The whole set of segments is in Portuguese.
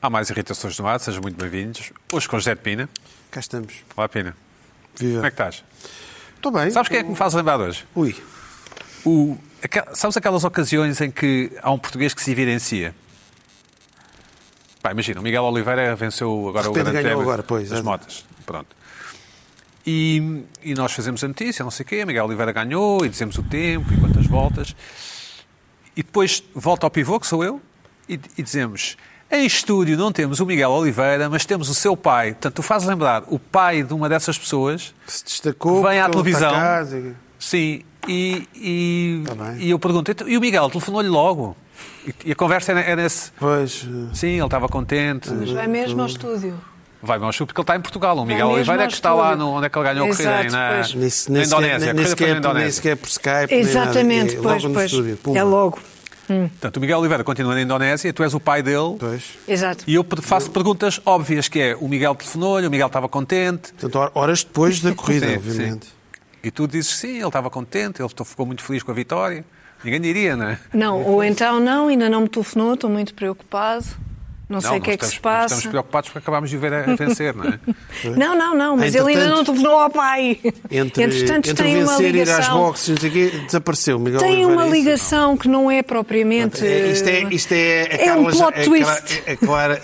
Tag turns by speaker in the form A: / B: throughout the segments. A: Há mais irritações no ar, sejam muito bem-vindos. Hoje com José de Pina.
B: Cá estamos.
A: Olá, Pina.
B: Viva.
A: Como é que estás?
B: Estou bem.
A: Sabes quem é que me faz lembrar de hoje?
B: Ui.
A: O, aquel- sabes aquelas ocasiões em que há um português que se evidencia? Pá, imagina, o Miguel Oliveira venceu agora
B: De
A: o
B: repente
A: grande
B: ganhou
A: prémio
B: agora, pois,
A: das
B: é.
A: motas. Pronto. E, e nós fazemos a notícia, não sei o quê, Miguel Oliveira ganhou, e dizemos o tempo, e quantas voltas. E depois volta ao pivô, que sou eu, e, e dizemos... Em estúdio não temos o Miguel Oliveira, mas temos o seu pai. Portanto, tu fazes lembrar o pai de uma dessas pessoas
B: Se destacou.
A: Vem à
B: porque ele está
A: televisão.
B: cá, diga.
A: Sim, e, e,
B: Tá bem.
A: e eu pergunto, "Então, e o Miguel telefonou-lhe logo? E, e a conversa era, era esse.
B: Pois. eh,
A: Sim, ele estava contente.
B: Hum.
C: Vai é mesmo ao estúdio.
B: é
A: Vai bem ao chute porque ele está em Portugal. O Miguel
C: mesmo
A: Oliveira
C: ao
A: que está lá
C: estúdio.
A: no, onde é que ele ganhou a corrida
C: Exato,
A: aí na,
C: pois.
B: Nem, se- nem
A: na Indonésia.
B: sequer,
A: A corrida foi
B: nem,
A: na
B: sequer, nem
A: Indonésia.
B: sequer é por Skype. nem nada.
C: Exatamente,
B: É
C: pois,
B: logo no
C: pois.
B: estúdio, pum.
C: É logo.
A: Portanto, o Miguel Oliveira continua na Indonésia, tu és o pai dele.
B: Pois.
C: Exato.
A: E eu per- faço perguntas óbvias, que é, o Miguel telefonou-lhe, o Miguel estava contente.
B: Portanto, hor- horas depois da corrida,
A: Sim,
B: obviamente.
A: sim. E tu dizes, sim, ele estava contente, ele ficou muito feliz com a vitória. Ninguém diria, não é?
C: Não, ou então não, ainda não me telefonou, estou muito preocupado. Não, sei o
A: nós
C: que é que
A: estamos-
C: se
A: nós
C: passa.
A: Estamos preocupados porque acabámos de ver a a vencer, não é?
C: Não, não, não, mas
B: Ah,
C: ele ainda
B: entretanto-
C: não telefonou ao pai.
B: Entre,
C: Entretanto,
B: entre
C: tem uma
B: vencer e ir às
C: ligação.
B: boxes, não sei o quê, desapareceu. Miguel
C: Tem
B: Oliveira,
C: uma
B: é isso?
C: ligação que não é propriamente.
B: É, Isto é, isto é, a
C: É um
B: Carla já-
C: plot twist.
B: A Clara, a Clara,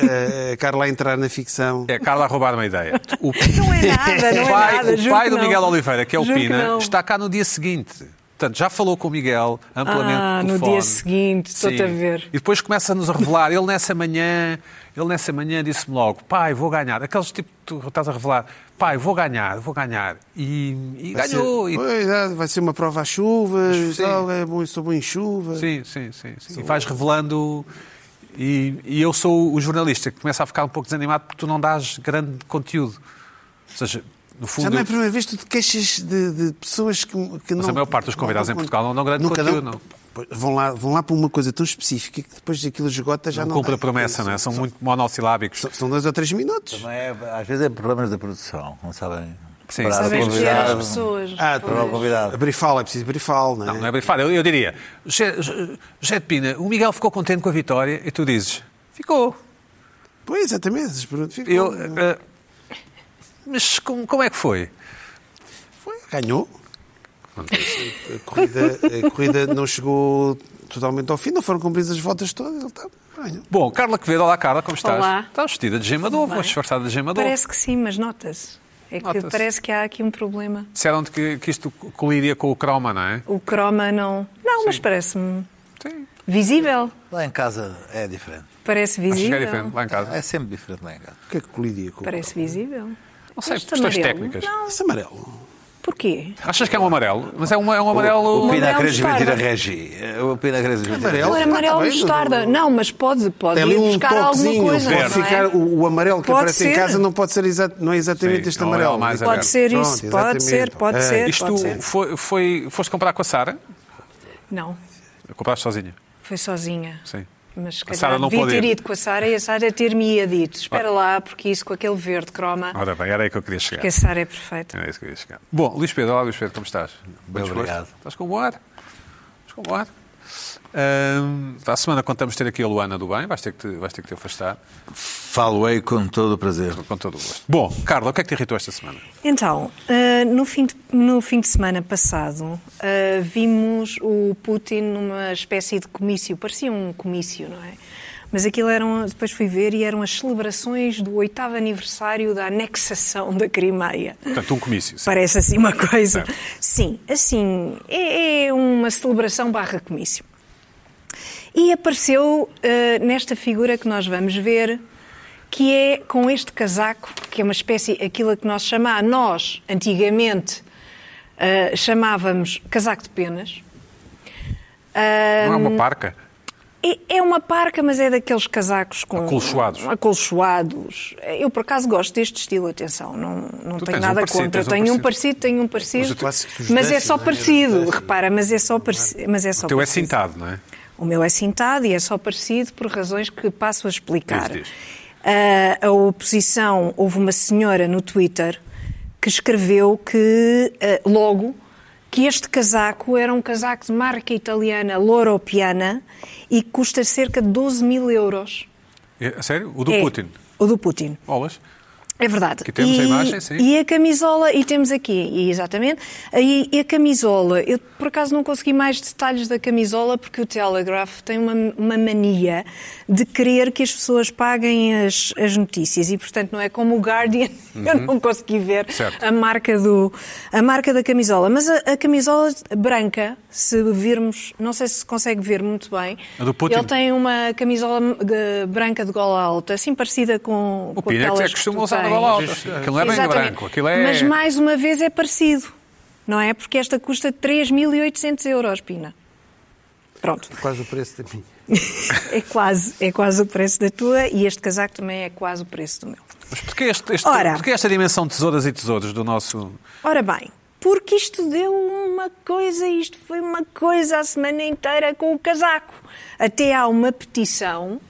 B: a- a Carla a entrar na ficção.
A: É, Carla a roubar uma ideia. O,
C: Não é nada, não
A: o
C: é
A: pai,
C: nada.
A: o
C: juro
A: pai
C: que
A: do
C: não.
A: Miguel Oliveira, que é o
C: Juro
A: Pina,
C: não.
A: está cá no dia seguinte. Portanto, já falou com o Miguel amplamente
C: Ah,
A: por
C: no
A: telefone.
C: dia seguinte, estou-te a
A: Sim.
C: ver.
A: E depois começa-nos a revelar. Ele nessa manhã, ele nessa manhã disse-me logo, pai, vou ganhar. Aqueles tipo que tu estás a revelar, pai, vou ganhar, vou ganhar. E, e
B: Vai ser-
A: ganhou. e-
B: Pois, ah, vai ser uma prova à chuva, e
A: Sim.
B: tal, é bom, sou bom em chuva.
A: Sim, sim, sim. sim. E vais revelando. E, e eu sou o jornalista que começa a ficar um pouco desanimado porque tu não dás grande conteúdo. Ou seja, no
B: Já
A: fundo.
B: não é a primeira vez que tu te queixas de, de pessoas que, que não.
A: a maior parte dos convidados em
B: dão
A: Portugal não dão grande
B: Nunca dão-
A: conteúdo,
B: Pois, Vão lá, vão lá para uma coisa tão específica que depois daquilo esgota já
A: Não
B: não.
A: cumpre
B: dá.
A: a promessa, não é? São muito monossilábicos.
B: São- São dois ou três minutos.
D: Não é, às vezes é problemas da produção, não sabem.
A: Sim,
D: parar
A: sabem
D: o
C: Sabes que
D: convidado,
C: era as pessoas.
B: Ah,
D: parar o convidado.
B: Brifal, é preciso brifal, não é?
A: Não, não é brifar. Eu, eu diria, José José de Pina, o Miguel ficou contente com a vitória e tu dizes, ficou.
B: Pois, exatamente. essas perguntas ficam-
A: Eu, eh, mas como, como é que foi?
B: Foi, ganhou. A corrida, a corrida não chegou totalmente ao fim, não foram cumpridas as voltas todas, ele está. Ganhou.
A: Bom, Carla Quevedo, olá Carla, como estás?
C: Olá.
A: Estás vestida de gema de ovo, ou disfarçada de gema de ovo.
C: Parece que sim, mas nota-se. É que
A: Nota-se.
C: parece que há aqui um problema.
A: Disseram-te que, que isto colidia com o croma, não é?
C: O croma não. Não, mas parece-me
A: Sim. é
C: visível.
D: Lá em casa é diferente.
C: Parece
A: Acho que
C: visível.
A: é diferente lá em casa.
D: É sempre diferente lá em casa.
B: O que é que colidia com
C: Parece visível.
A: Não sei,
C: Este
A: questões
C: amarelo,
A: técnicas.
C: Não,
B: Esse amarelo.
C: porquê?
A: Achas que é um amarelo? Mas é um, é um amarelo.
D: O Pina
C: amarelo
D: querer desmentir a
C: mostarda.
D: Regi. O Pina querer desmentir a
B: Amarelo?
C: Ele é
D: Regi.
B: está
C: amarelo
B: bem,
C: mostarda.
B: não-
C: Não, mas pode, pode
B: Tem
C: ir
B: ali um
C: buscar alguma
B: toquezinho.
C: coisa.
B: pode
C: não é?
B: ficar o, o amarelo que
C: Pode
B: aparece em
C: ser.
B: casa não pode ser exa- não é exatamente
A: Sim,
B: este
A: não é o
B: amarelo.
A: mais
C: Pode ser
B: Pronto,
C: isso, pode
B: exatamente.
C: ser, pode
B: Ah,
C: ser.
A: Isto
C: pode ser.
A: foi, foi. Foste comprar com a Sara?
C: Não,
A: Compraste sozinha?
C: foi sozinha.
A: Sim.
C: Mas se
A: A Sara
C: calhar
A: não
C: devia
A: pode
C: ter
A: ir. Ah.
C: ido com a Sara e a Sara ter-me-ia dito. Espera lá, porque isso com aquele verde croma,
A: Ora bem, era aí que eu queria chegar.
C: que a Sara é perfeita.
A: Era isso que eu queria chegar. Bom, Luís Pedro, olá Luís Pedro, como estás?
D: Bem,
A: disposto?
D: obrigado.
A: Estás com bom ar? Estás com bom ar? Ahm, para a semana contamos ter aqui a Luana do Bem, vais ter que te, vais ter, que te afastar,
D: Falo-ei com todo o prazer.
A: com todo o gosto. Bom, Carla, o que é que te irritou esta semana?
C: Então, ah, no, fim de, no fim de semana passado, ah, vimos o Putin numa espécie de comício, parecia um comício, não é? Mas aquilo eram, depois fui ver, e eram as celebrações do oitavo aniversário da anexação da Crimeia.
A: Portanto, um comício. sim.
C: Parece assim uma coisa.
A: Certo.
C: Sim, assim, é, é uma celebração barra comício. E apareceu eh, nesta figura que nós vamos ver, que é com este casaco, que é uma espécie, aquilo a que nós chamávamos, nós, antigamente, eh, chamávamos casaco de penas. Ah,
A: Não é uma parca?
C: é- É uma parca, mas é daqueles casacos com.
A: Acolchoados.
C: Acolchoados. Eu, por acaso, gosto deste estilo, atenção, não, não
A: Tu
C: tenho
A: tens um
C: nada
A: parecido,
C: contra.
A: tens um
C: Tenho um
A: parecido.
C: parecido, tenho um parecido.
B: tu- Quase que
C: Mas é
B: sugestão,
C: só parecido,
B: né?
C: repara, mas é só parecido. Mas é só
A: O teu é
C: parecido.
A: cintado, não é?
C: O meu é cintado e é só parecido por razões que passo a explicar.
A: Diz, diz.
C: Ah, a oposição, houve uma senhora no Twitter que escreveu que, ah, logo, que este casaco era um casaco de marca italiana Loro Piana e que custa cerca de 12 mil euros.
A: É, a sério? O do
C: É,
A: Putin.
C: O do Putin.
A: Bolas.
C: É verdade.
A: Aqui temos
C: e,
A: a imagem, sim.
C: E a camisola, e temos aqui, e exatamente, e, e a camisola, eu por acaso não consegui mais detalhes da camisola porque o Telegraph tem uma, uma mania de querer que as pessoas paguem as, as notícias e, portanto, não é como o Guardian, eu não consegui ver
A: Uhum. Certo.
C: a marca, do, a marca da camisola. Mas a, a camisola branca, se virmos, não sei se se consegue ver muito bem,
A: A do Putin?
C: ele tem uma camisola eh, branca de gola alta, assim parecida com,
A: O
C: com
A: Pina é que
C: aquelas
A: é
C: que
A: costuma
C: tu
A: usar na
C: tens.
A: bola alta. Aquilo não é bem
C: Exatamente.
A: branco. Aquilo é...
C: Mas mais uma vez é parecido, não é? Porque esta custa 3.800 euros, Pina. Pronto,
B: Quase o preço da minha.
C: é quase, é quase o preço da tua e este casaco também é quase o preço do meu.
A: Mas porquê, este, este,
C: Ora.
A: porquê esta dimensão de tesouras e tesouros do nosso...
C: Ora bem, porque isto deu uma coisa, isto foi uma coisa a semana inteira com o casaco. Até há uma petição.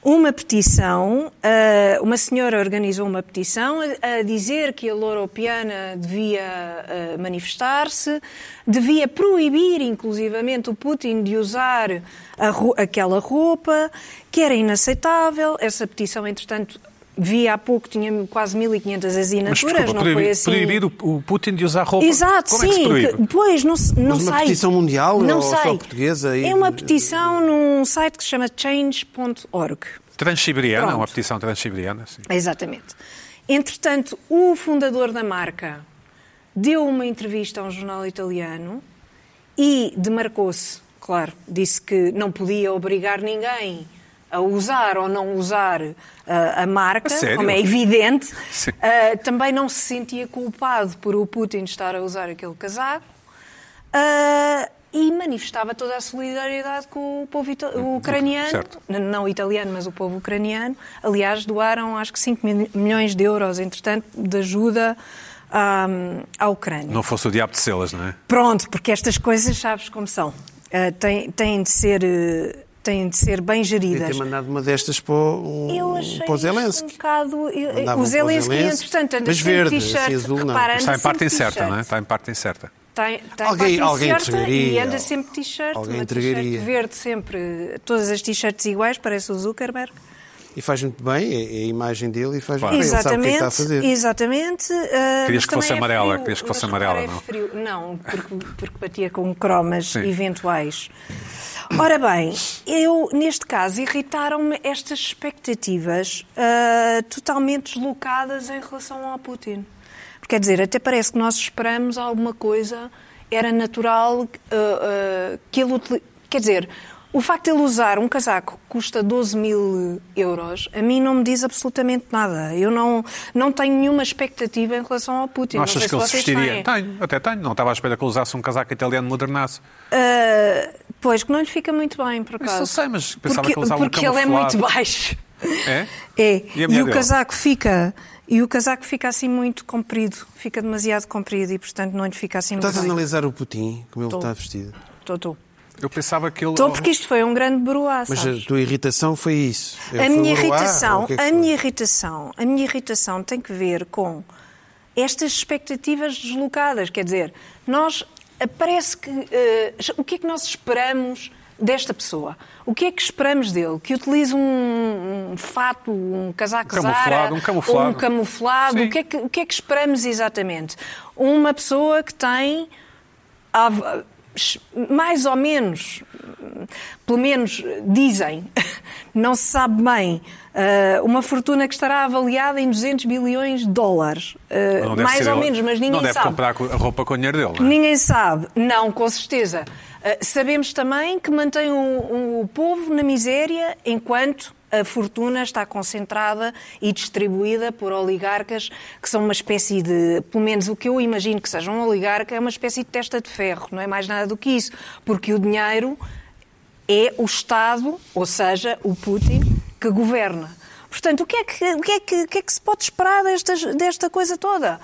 C: Uma petição, ah, uma senhora organizou uma petição a, a dizer que a Loropiana devia ah, manifestar-se, devia proibir, inclusivamente, o Putin de usar a ro- aquela roupa, que era inaceitável. Essa petição, entretanto, vi há pouco, tinha quase 1.500 assinaturas,
A: Mas, desculpa,
C: não
A: proibir,
C: foi assim.
A: proibir o, o Putin de usar roupa.
C: Exato,
A: Como
C: sim.
A: é que se proíbe?
C: que- pois, não, se- não
B: Mas uma
C: sei.
B: petição mundial
C: não
B: ou
C: sei.
B: só portuguesa? E-
C: É uma petição num site que se chama change.org.
A: Transsiberiana,
C: Pronto.
A: uma petição transsiberiana. Sim.
C: Exatamente. Entretanto, o fundador da marca deu uma entrevista a um jornal italiano e demarcou-se, claro, disse que não podia obrigar ninguém a usar ou não usar ah, a marca,
A: A sério?
C: como é evidente.
A: Sim.
C: Ah, também não se sentia culpado por o Putin estar a usar aquele casaco. Ah, e manifestava toda a solidariedade com o povo ita- o ucraniano,
A: Uhum. certo.
C: n- não o italiano, mas o povo ucraniano. Aliás, doaram acho que 5 mil- milhões de euros, entretanto, de ajuda ah, à Ucrânia.
A: Não fosse o diabo de selas, não é?
C: Pronto, porque estas coisas sabes como são. Ah, têm, têm de ser, eh, têm de ser bem
B: Devia
C: geridas.
B: ter mandado uma destas para o,
C: Eu achei
B: para o
C: isto um
B: Zelensky.
C: bocado. eu- eu-
B: Mandavam
C: O Zelensky,
B: para o Zelensky,
C: entretanto, anda
B: mas
C: sempre
B: verde,
C: de t-shirt.
B: assim, azul, não.
C: repara,
B: Mas
A: Está
C: anda
A: em parte
C: sempre de
A: incerta,
C: t-shirt.
A: não é? Está em parte incerta.
C: Tem, tem
B: Alguém-
C: parte
B: alguém
C: incerta
B: entregaria.
C: E anda sempre de t-shirt.
B: Alguém
C: uma
B: entregaria.
C: t-shirt verde, sempre. Todas as t-shirts iguais, parece o Zuckerberg.
B: E faz muito bem, é, é a imagem dele e faz
A: Claro.
B: muito bem. Ele sabe o que é que
C: Exatamente.
B: está a fazer.
C: Exatamente. ah,
A: Querias
C: mas
A: que fosse
C: também é
A: amarela,
C: frio,
A: querias que
C: mas
A: fosse
C: repara,
A: amarela,
C: é
A: não?
C: frio. Não, porque, porque batia com cromas
A: Sim.
C: eventuais. Ora bem, eu, neste caso, irritaram-me estas expectativas ah, totalmente deslocadas em relação ao Putin. Porque, Quer dizer, até parece que nós esperamos alguma coisa, era natural ah, ah, que ele utili- Quer dizer, o facto de ele usar um casaco que custa 12 mil euros, a mim não me diz absolutamente nada. Eu não, não tenho nenhuma expectativa em relação ao Putin.
A: Não
C: sei
A: achas que ele se
C: vocês
A: vestiria?
C: têm.
A: Tenho, até tenho. Não estava à espera que ele usasse um casaco italiano modernaço.
C: Pois, que não lhe fica muito bem, por acaso.
A: eu sei, mas pensava
C: porque,
A: que ele usava um
C: Porque ele é
A: camuflado.
C: muito baixo.
A: É?
C: É,
A: E a
C: e,
A: mulher
C: o
A: dele?
C: casaco fica e o casaco fica assim muito comprido, fica demasiado comprido e portanto não lhe fica assim
B: Estás a
C: muito bem.
B: analisar o Putin, como ele
C: Estou.
B: está vestido.
C: Estou, estou.
A: Eu pensava que ele.
C: Estou porque isto foi um grande broá,
B: Mas
C: sabes?
B: a tua irritação foi isso. É,
C: a
B: foi
C: minha
B: o Ruá, ou
C: irritação,
B: o que é que
C: a
B: foi?
C: minha irritação, a minha irritação tem que ver com estas expectativas deslocadas, quer dizer, nós parece que eh, o que é que nós esperamos desta pessoa? O que é que esperamos dele? Que utilize um, um fato, um casaco
A: Camuflado,
C: Zara,
A: um camuflado.
C: um camuflado.
A: Sim.
C: O que, é que, o que é que esperamos exatamente? Uma pessoa que tem há- mais ou menos, pelo menos dizem, não se sabe bem, eh, uma fortuna que estará avaliada em 200 bilhões de dólares. Eh,
A: Não deve
C: mais
A: ser
C: ou
A: ele-
C: menos, mas
A: Não
C: ninguém
A: deve
C: sabe.
A: comprar a roupa com o dinheiro dele, não é?
C: Ninguém sabe. Não, com certeza. Eh, sabemos também que mantém o, o povo na miséria enquanto a fortuna está concentrada e distribuída por oligarcas que são uma espécie de, pelo menos o que eu imagino que seja um oligarca, é uma espécie de testa de ferro, não é mais nada do que isso, porque o dinheiro é o Estado, ou seja, o Putin, que governa. Portanto, o que é que, o que, é que, o que é que se pode esperar destas, desta coisa toda?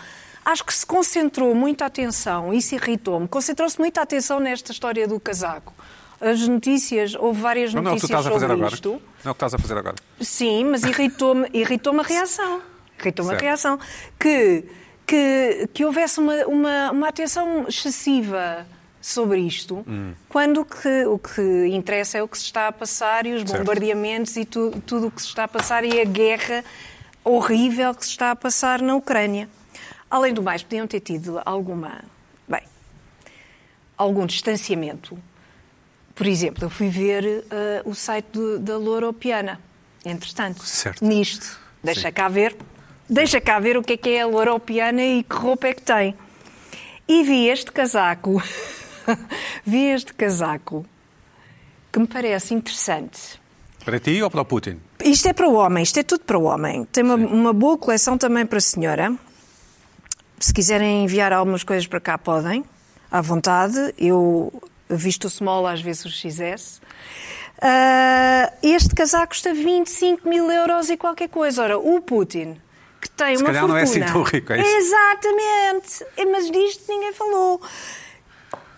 C: Acho que se concentrou muita atenção, isso irritou-me, concentrou-se muita atenção nesta história do casaco. As notícias, houve várias
A: Não, não, é o que tu
C: notícias
A: estás a fazer
C: sobre
A: agora.
C: isto.
A: Não é o que estás a fazer agora.
C: Sim, mas irritou-me irritou a reação. Irritou-me a
A: Certo.
C: reação. Que, que, que houvesse uma, uma, uma atenção excessiva sobre isto,
A: Hum.
C: quando o que, o que interessa é o que se está a passar e os
A: Certo.
C: bombardeamentos e tu- tudo o que se está a passar e a guerra horrível que se está a passar na Ucrânia. Além do mais, podiam ter tido alguma. Bem, algum distanciamento. Por exemplo, eu fui ver eh, o site do- da Loura Opiana, entretanto,
A: Certo.
C: nisto. Deixa cá ver. Deixa cá ver o que é que é a Loura Opiana e que roupa é que tem. E vi este casaco. vi este casaco que me parece interessante.
A: Para ti ou para o Putin?
C: Isto é para o homem, isto é tudo para o homem. Tem uma, uma boa coleção também para a senhora. Se quiserem enviar algumas coisas para cá, podem, à vontade. Eu visto o small, às vezes o XS. Ah, este casaco custa 25 mil euros e qualquer coisa. Ora, o Putin, que tem
A: Se
C: uma
A: calhar
C: fortuna...
A: não é assim tão rico, é isso?
C: Exatamente! É, Mas disto ninguém falou.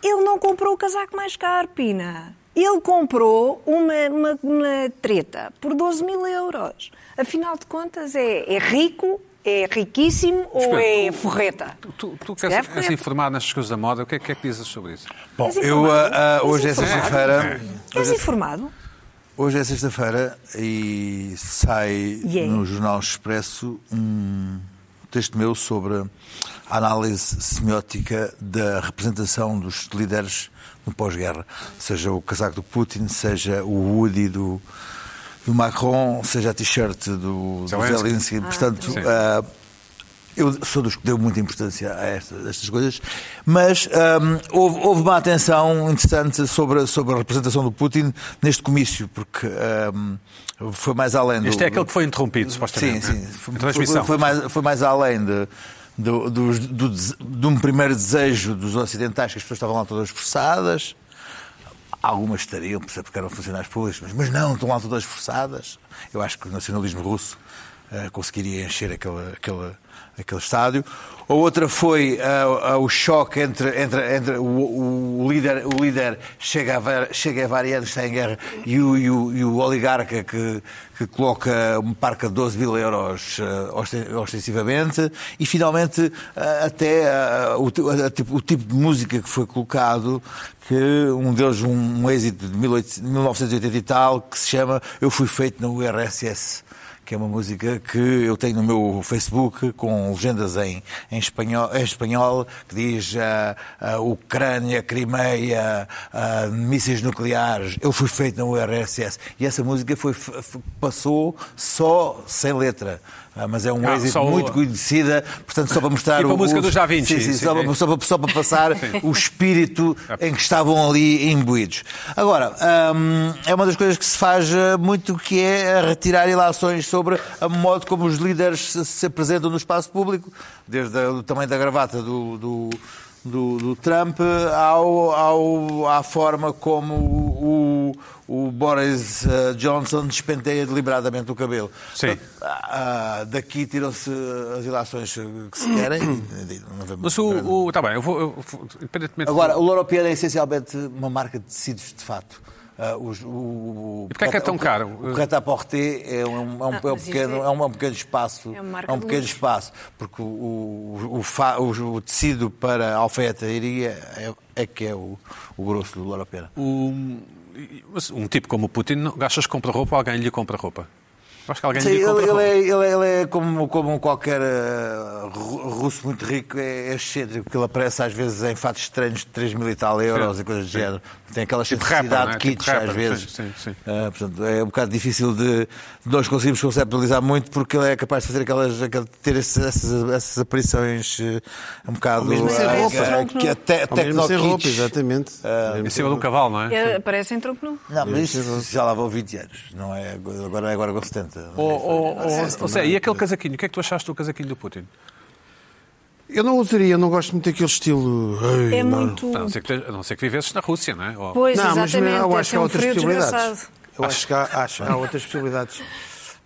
C: Ele não comprou o casaco mais caro, Pina. Ele comprou uma, uma- uma treta por 12 mil euros. Afinal de contas, é, é rico, é riquíssimo ou
A: Espera,
C: é
A: tu-
C: forreta?
A: Tu, tu que
C: Se
A: és,
C: calhar
A: és
C: forreta. É
A: informado nestas coisas da moda, o que é, o que é que dizes sobre isso?
D: Bom,
C: Mas
D: assim, eu
C: informado.
D: ah, ah,
C: Mas
D: hoje é
C: informado.
D: sexta-feira. é
C: És informado?
D: Hoje é sexta-feira e sai
C: Yeah.
D: no Jornal Expresso um texto meu sobre a análise semiótica da representação dos líderes no pós-guerra, seja o casaco do Putin, seja o Woody do, do Macron, seja a t-shirt do, do
A: Zelensky.
D: Zelensky. Portanto,
A: Sim.
D: ah, eu sou dos que deu muita importância a esta- a estas, coisas, mas hum, houve, houve uma atenção interessante sobre, a- sobre a representação do Putin neste comício, porque hum, foi mais além do.
A: Este é aquele que foi interrompido,
D: Sim,
A: supostamente.
D: sim.
A: né?
D: Foi,
A: A transmissão.
D: foi- foi mais, foi mais além de, do- dos- do dese- de um primeiro desejo dos ocidentais, que as pessoas estavam lá todas forçadas. Algumas estariam, por ser porque eram funcionários públicos, mas, mas não, estão lá todas forçadas. Eu acho que o nacionalismo russo eh, conseguiria encher aquele, aquele, aquele estádio. A outra foi ah, ah, o choque entre, entre, entre o, o líder, o líder chega, a ver, chega a variante, está em guerra, e o, e o, e o oligarca que, que coloca um uma parca de 12 mil euros ah, osten- ostensivamente. E finalmente, ah, até ah, o, ti- a- tipo- o tipo de música que foi colocado, que um deles, um, um êxito de 18- 1980 e tal, que se chama Eu Fui Feito na URSS. Que é uma música que eu tenho no meu Facebook com legendas em, em, espanhol, em espanhol que diz ah, ah, Ucrânia, Crimeia, ah, mísseis nucleares. Eu fui feito na URSS. E essa música foi, f- f- passou só sem letra. Ah, mas é um
A: Ah,
D: êxito
A: só o-
D: muito conhecida, portanto, só para mostrar.
A: Tipo a
D: o-
A: música
D: o-
A: do Da Vinci,
D: Sim, sim,
A: sim,
D: só,
A: sim.
D: para- só para, só para passar o espírito
A: É
D: em que estavam ali imbuídos. Agora, hum, é uma das coisas que se faz eh, muito que é retirar ilações sobre a modo como os líderes se, se apresentam no espaço público, desde a, também da gravata do, do, do- do Trump ao, ao- à forma como o, o Boris eh, Johnson despenteia deliberadamente o cabelo.
A: Sim.
D: Ah, ah, daqui tiram-se as ilações que se querem. Não vê
A: Mas o. Está bem, eu vou. eu vou- independentemente.
D: Agora, o Louro Piana é essencialmente uma marca de tecidos, de fato. Ah, os- o, o,
A: E porquê é que é tão caro?
D: O prêt-à-porter é um, é um-
C: Não,
D: é um
C: mas isto
D: pequeno,
C: é-
D: é um, é um pequeno espaço.
C: É uma marca
D: é um
C: de
D: pequeno
C: luxo.
D: espaço. Porque o, o, o fa- o- o tecido para a alfaiataria é, é que é o, o grosso do Louro Piana.
A: Um, mas um tipo como o Putin, não- gastas que compra roupa, alguém lhe compra roupa. Acho que alguém
D: Sim,
A: lhe
D: ele,
A: compra
D: ele
A: roupa.
D: é, ele é- ele é como, como qualquer eh, ru- russo muito rico, é, é excêntrico, porque ele aparece às vezes em fatos estranhos de 3 mil e tal euros
A: Sim.
D: e coisas do
A: Sim.
D: género. Tem aquela
A: Tipo
D: excentricidade
A: rapper, não é?
D: de kits
A: Tipo
D: às
A: rapper,
D: vezes.
A: sim, sim, sim.
D: Eh, portanto, é um bocado difícil de, de nós conseguirmos conceptualizar muito, porque ele é capaz de fazer aquelas, aquele- ter esses- essas, essas aparições eh, um bocado.
B: mesmo sem
D: eh,
B: roupa.
D: que- que até
B: Ao mesmo sem roupa,
D: tecno-kits.
B: exatamente.
A: Em cima de um cavalo, não é?
C: É, Parece em tronco nu.
D: Não, mas isso já lá vão 20 anos, não é? Agora é agora com é? 70.
A: Ou, ou, ou, ou seja, e aquele casaquinho? O que é que tu achaste do casaquinho do Putin?
B: Eu não usaria, eu não gosto muito daquele estilo. Ai,
C: É
B: não.
C: muito.
A: A não ser que, a não ser que vivesses na Rússia, não é? Ou-
C: Pois,
B: Não, mas
C: exatamente.
B: eu acho que
C: é
B: há
C: um
B: outras
C: frio
B: possibilidades.
C: desgraçado.
B: Eu acho que há, acho que há outras possibilidades.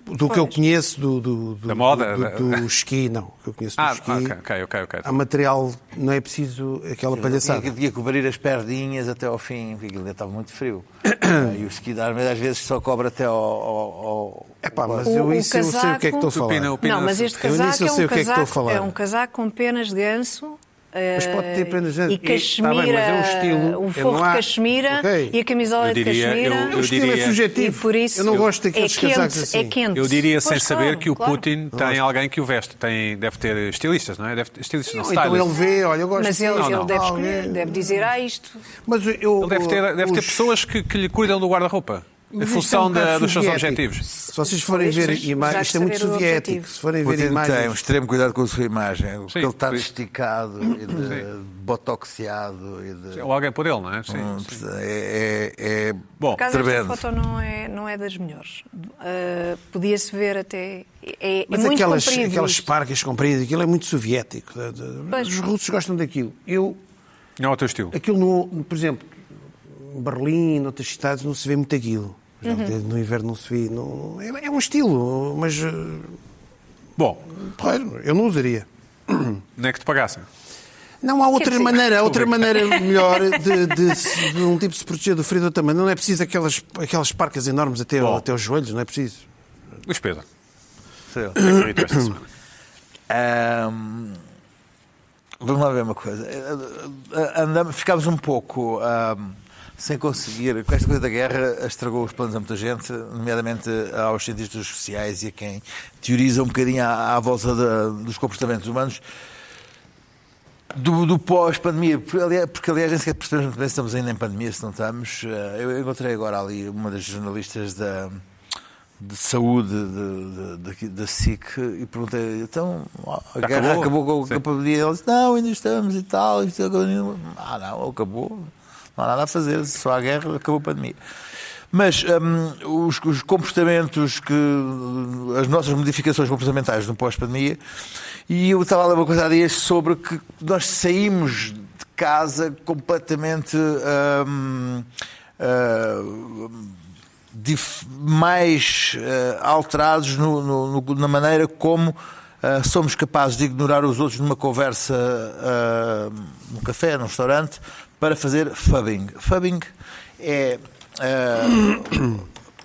B: Do que eu conheço do, do, do-
A: Da moda,
B: do,
A: da-
B: do, do esqui, não. O que eu conheço do
A: Ah,
B: esqui.
A: ok, ok, ok, ok.
B: Há material, não é preciso aquela
D: Tinha
B: palhaçada.
D: que, tinha que cobrir as perdinhas até ao fim, porque aquilo ainda estava muito frio. Ah, e o ski de armas às vezes só cobre até ao. ao, ao-
B: É pá, mas
C: O-
B: eu
C: o
B: isso eu sei o que é que estou a
C: casaco-
B: falar.
A: Opina- opina-
C: Não, mas este
B: Eu nem
C: casaco,
B: sei
C: é
B: o
C: um
B: que é que estou a
C: casaco
B: falar.
C: é um casaco com penas de ganso
B: Mas pode ter prendas de
C: e
B: género. E- está bem,
C: cachemira,
B: mas é um estilo,
C: o
B: ele
C: forro
B: não há-
C: de cachemira
B: Ok.
C: e a camisola
A: Eu diria-
C: de cachemira.
A: eu-
B: O estilo
A: diria-
B: é
C: e
B: subjetivo.
C: por isso
B: eu não gosto
C: é
B: daqueles
C: quente,
B: casacos assim.
C: é quente.
A: Eu diria
C: Pois
A: sem
C: claro,
A: saber que o
C: claro.
A: Putin tem alguém que o veste. Tem, deve ter estilistas, não é? Deve ter estilistas, não,
B: Não,
A: stylists.
B: então ele vê, olha, eu gosto
C: Mas ele,
B: disto,
C: ele
A: não.
C: deve
B: alguém-
C: escolher, deve dizer, ah, isto.
B: Mas eu,
A: Ele deve ter, deve ter
B: os-
A: pessoas que, que lhe cuidam do guarda-roupa. Em
B: Mas isto
A: função
B: é um bocado
A: da- dos seus
B: soviético.
A: objetivos.
B: Se vocês forem
C: Pois,
B: ver
C: mas
B: imagens,
C: precisas
B: isto é muito
C: saber o
B: soviético.
C: objetivo.
B: Se forem ver
D: Putin tem um
B: imagens.
D: extremo cuidado com a sua imagem. Porque
A: Sim,
D: ele está
A: por isso.
D: esticado e de botoxiado e de.
A: Ou alguém por ele, não é? Sim.
D: Hum, É, é, é
A: Bom,
C: Por acaso
D: tremendo.
C: esta foto não é, não é das melhores. Ah, Podia-se ver até. É, é
B: Mas
C: muito
B: aquelas,
C: comprido
B: aquelas
C: isto.
B: parcas compridas, aquilo é muito soviético.
C: Pois.
B: Os russos gostam daquilo. Eu,
A: Não é o teu estilo.
B: aquilo, no, por exemplo, em Berlim, noutras cidades, não se vê muito aquilo.
C: Uhum.
B: No inverno não se vê. não- é, é um estilo, mas eh,
A: Bom,
B: porreiro, eu não usaria.
A: nem é que te pagassem.
B: Não, há outra
C: dizer-
B: maneira, há outra maneira melhor de, de se- de um tipo se proteger do frio do tamanho. Não é preciso aquelas, aquelas parcas enormes até, ao-
A: Bom.
B: até aos joelhos, não é preciso.
A: Luís Pedro, o
D: Seu.
A: que é que leu esta semana?
D: Ahm, vamos lá ver uma coisa. Eh, Andamos, ficámos um pouco ahm, sem conseguir. Com esta coisa da guerra, estragou os planos a muita gente, nomeadamente aos cientistas sociais e a quem teoriza um bocadinho à, à volta da- dos comportamentos humanos. Do, do pós-pandemia, Por- aliás- porque aliás nem sequer percebemos muito bem se estamos ainda em pandemia, se não estamos. Eh, Eu encontrei agora ali uma das jornalistas da, de saúde de- de- daqui- da SIC e perguntei, então a
A: Já
D: guerra
A: acabou?
D: acabou, com
A: Sim.
D: com a pandemia? Ela disse, não, ainda estamos e tal. Isto agora não- ah, não, acabou. Não há nada a fazer, se só há guerra, acabou a pandemia. Mas hum, os, os comportamentos que. as nossas modificações comportamentais no pós-pandemia, e eu estava a ler uma coisa há dias sobre que nós saímos de casa completamente. hum, ah, dif- mais eh, alterados no- no- no- na maneira como eh, somos capazes de ignorar os outros numa conversa eh, num café, num restaurante, para fazer fubbing. Fubbing é eh,